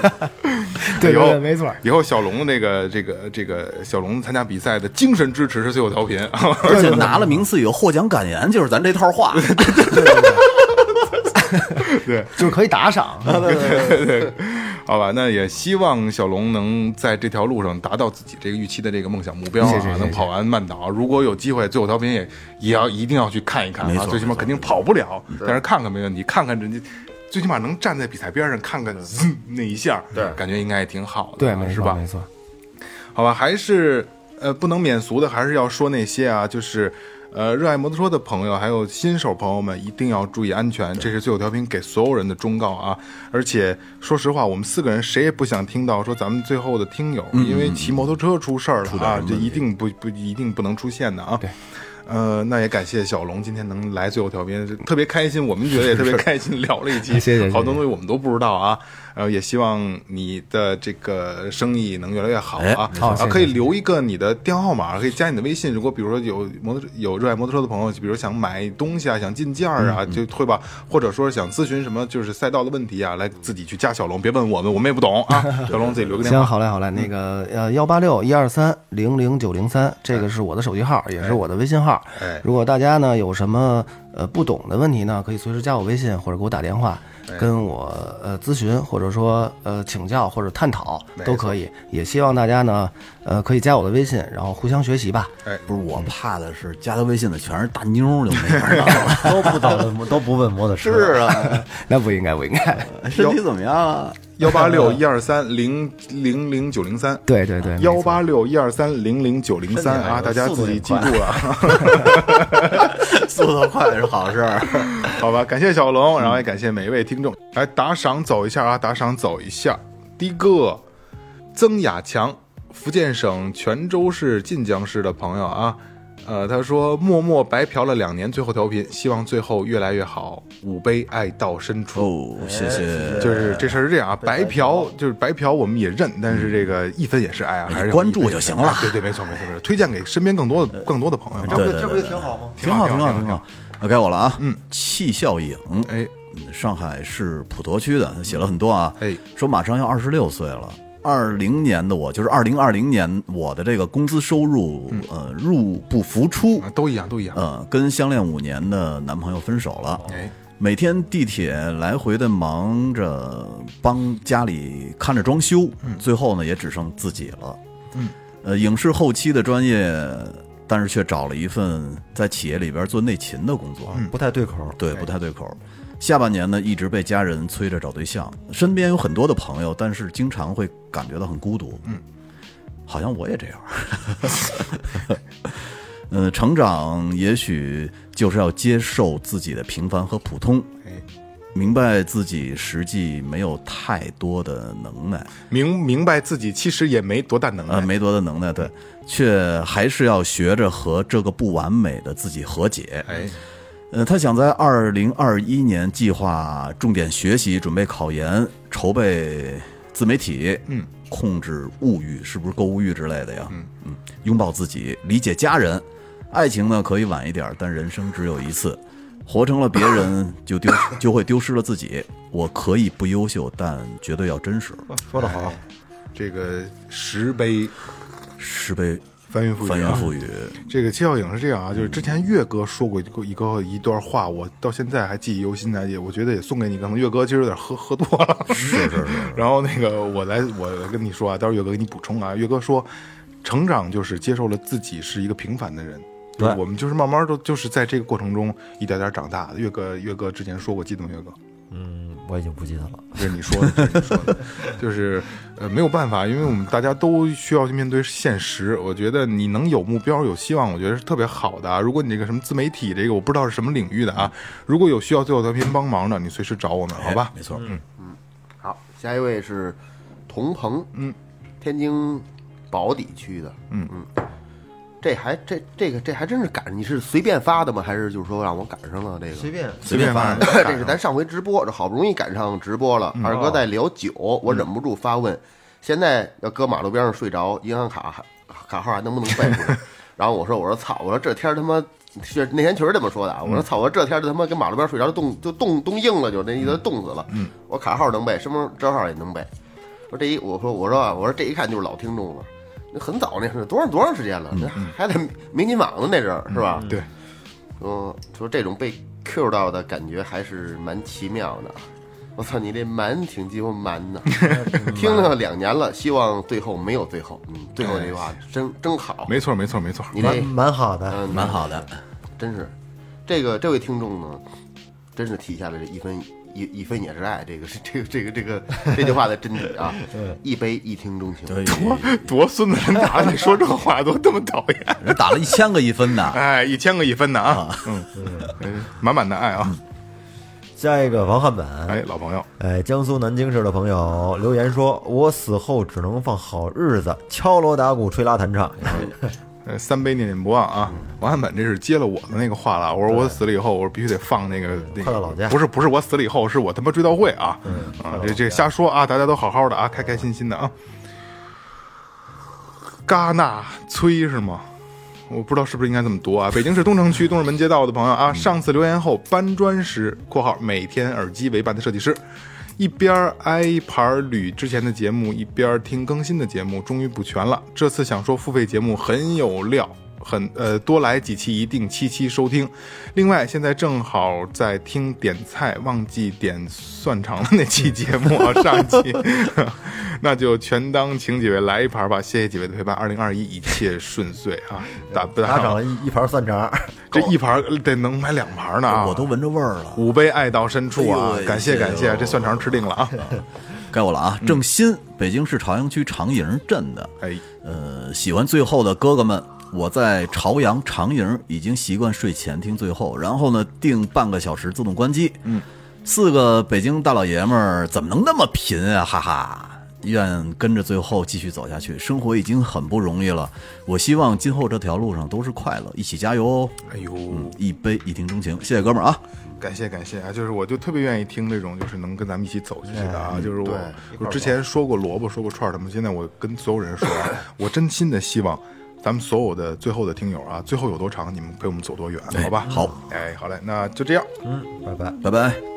对以后对，没错。以后小龙那个这个这个小龙参加比赛的精神支持是最后调频，而且拿了名次以后获奖感言就是咱这套话，就是可以打赏。 [LAUGHS] 对， [LAUGHS] 好吧，那也希望小龙能在这条路上达到自己这个预期的这个梦想目标啊，能跑完曼岛。如果有机会，最后调频也也要一定要去看一看没啊，错最起码肯定跑不了，但是看看没问题，看看人家。最起码能站在比赛边上看看滋那一下，对，感觉应该也挺好的，啊对，没是错吧？没错。好吧，还是呃不能免俗的，还是要说那些啊，就是呃热爱摩托车的朋友，还有新手朋友们，一定要注意安全，这是最后调频给所有人的忠告啊！而且说实话，我们四个人谁也不想听到说咱们最后的听友，因为骑摩托车嗯出事儿了啊，这一定不不一定不能出现的啊！对。呃，那也感谢小龙今天能来最后调频，特别开心，我们觉得也特别开心，聊了一期，谢谢好多东西我们都不知道啊。呃，也希望你的这个生意能越来越好哎啊。错啊，谢谢可以留一个你的电话号码，可以加你的微信。如果比如说有摩托车有热爱摩托车的朋友，比如想买东西啊，想进件儿啊，嗯就会吧，或者说想咨询什么就是赛道的问题啊，来自己去加小龙，别问我们，我们也不懂 [LAUGHS] 啊。小龙自己留个电行，话。好嘞，好嘞，那个呃，幺八六一二三零零九零三，这个是我的手机号，也是我的微信号。哎如果大家呢有什么呃不懂的问题呢，可以随时加我微信或者给我打电话，跟我呃咨询，或者说呃请教或者探讨都可以。也希望大家呢呃可以加我的微信，然后互相学习吧。 [LAUGHS] [LAUGHS] 不是我怕的是加他微信的全是大妞儿，就没法 [LAUGHS] 儿 [LAUGHS] 了。都不讨论，都不问摩托车。是 [LAUGHS] 啊，那不应该，不应该。 [LAUGHS] 身体怎么样啊？幺八六一二三零零零九零 [LAUGHS] 三。对对对，没错幺八六一二三零零九零三啊，大家自己记住了，速度快是好事儿。 [LAUGHS] 好吧？感谢小龙，然后也感谢每一位听众，来打赏走一下啊，打赏走一下。第一个，曾雅强，福建省泉州市晋江市的朋友啊，呃，他说默默白嫖了两年最后调频，希望最后越来越好。五杯爱到深处，哦，谢谢，就是这事儿是这样啊，白嫖就是白嫖，我们也认，但是这个一分也是爱啊，还是关注就行了嗯对对，没错没错没错，推荐给身边更多的更多的朋友这啊。不这不就挺好吗？挺好，挺挺好好，挺好挺好。那该我了啊，嗯，气效影，哎，嗯上海市普陀区的，他写了很多啊，哎说马上要二十六岁了。二零年的我，就是二零二零年我的这个工资收入，呃，入不敷出，啊都一样都一样。呃，跟相恋五年的男朋友分手了。哎，每天地铁来回的忙着帮家里看着装修，最后呢也只剩自己了。嗯，呃，影视后期的专业，但是却找了一份在企业里边做内勤的工作。不太对口，对，不太对口。下半年呢，一直被家人催着找对象，身边有很多的朋友，但是经常会感觉到很孤独。嗯，好像我也这样。呃，成长也许就是要接受自己的平凡和普通，明白自己实际没有太多的能耐，明明白自己其实也没多大能呃，耐，没多大能耐，对，却还是要学着和这个不完美的自己和解。哎，呃，他想在二零二一年计划重点学习，准备考研，筹备自媒体，嗯，控制物欲，是不是购物欲之类的呀？嗯嗯，拥抱自己，理解家人，爱情呢可以晚一点，但人生只有一次，活成了别人 [LAUGHS] 就丢就会丢失了自己。我可以不优秀，但绝对要真实。说得哎好，这个十杯是被翻云覆雨，啊翻云覆雨，这个七效影是这样啊，就是之前岳哥说过一个一个一段话，我到现在还记忆犹新呢，也我觉得也送给你。可能岳哥今儿有点喝喝多了，是是是。 [LAUGHS] 然后那个我来我来跟你说啊，到时候岳哥给你补充啊。岳哥说，成长就是接受了自己是一个平凡的人。对，我们就是慢慢都就是在这个过程中一点点长大的。岳哥，岳哥之前说过，记得吗？岳哥，嗯，我已经不记得了。这是你说的，这是你说的，就是呃没有办法，因为我们大家都需要去面对现实。我觉得你能有目标、有希望，我觉得是特别好的啊。如果你这个什么自媒体这个，我不知道是什么领域的啊，如果有需要最后调频帮忙的，你随时找我们，好吧嗯哎？没错，好，下一位是童鹏，嗯，天津宝坻区的，嗯嗯，这还这这个这还真是赶上，你是随便发的吗？还是就是说让我赶上了这个？随便，随便发 [LAUGHS] 翻。这是咱上回直播，这好不容易赶上直播了。二哥在聊酒，我忍不住发问：现在要搁马路边上睡着，银行卡还卡号还能不能背出来？然后我说：“我说操！我说这天儿他妈是那天确实这么说的啊！我说操！我说这天儿他妈跟马路边睡着冻就冻冻硬了，就那意思冻死了。我卡号能背，身份证号也能背。说这一我说我说啊，我说这一看就是老听众了，那很早那是多少多长时间了？那还在明琴坊呢那阵儿是吧？对，嗯，说这种被 Q 到的感觉还是蛮奇妙的。我操，你这蛮挺鸡巴蛮的，听了两年了，希望最后没有最后。嗯，最后这句话真真好，没错，没错，没错。你蛮这蛮好的。嗯蛮好的，真是，这个这位听众呢，真是体现了这一分一一分也是爱，这个是这个这个这个这句话的真谛啊！一杯一听钟情，对，嗯多孙子人打，你说这话多他妈讨厌！ [LAUGHS] 人打了一千个一分呢。哎，一千个一分的啊，嗯，哎满满的爱啊！下一个王汉本，哎，老朋友，哎，江苏南京市的朋友留言说：“我死后只能放好日子，敲锣打鼓，吹拉弹唱。呃，三杯念念不忘啊！嗯王汉本这是接了我的那个话了，我说我死了以后，我说必须得放那个那快乐老个，家嗯不是不是我死了以后，是我他妈追悼会啊！啊，这这瞎说啊，大家都好好的啊，开开心心的啊。戛纳崔是吗？我不知道是不是应该这么读啊。北 [LAUGHS] 京市东城区东直门街道的朋友啊，上次留言后搬砖时（括号每天耳机为伴的设计师），一边儿挨盘儿捋之前的节目，一边儿听更新的节目，终于补全了。这次想说付费节目很有料。很呃，多来几期，一定期期收听。另外，现在正好在听点菜，忘记点蒜肠的那期节目 [LAUGHS] 啊，上一期， [LAUGHS] 那就全当请几位来一盘吧。谢谢几位的陪伴，二零二一一切顺遂呃啊！打不” [LAUGHS] 打打赏赏了一一盘蒜肠，这一盘儿得能买两盘儿 [LAUGHS] 呢啊！我都闻着味儿了。五杯爱到深处哎呦啊！喂感谢感哎谢，呦这蒜肠吃定了 [LAUGHS] 啊！该我了啊！嗯郑鑫，北京市朝阳区长营镇的，哎，呃，喜欢最后的哥哥们，我在朝阳长营已经习惯睡前听最后，然后呢定半个小时自动关机。嗯，四个北京大老爷们儿怎么能那么贫啊？哈哈，愿跟着最后继续走下去。生活已经很不容易了，我希望今后这条路上都是快乐，一起加油哦！哎呦，嗯，一杯一听钟情，谢谢哥们儿啊！感谢感谢啊！就是我就特别愿意听这种，就是能跟咱们一起走下去的啊！就是我哎一我块儿走之前说过萝卜，说过串儿什么，现在我跟所有人说 [LAUGHS] 啊，我真心的希望咱们所有的最后的听友啊，最后有多长，你们陪我们走多远，好吧？好，哎，好嘞，那就这样。拜拜。拜拜。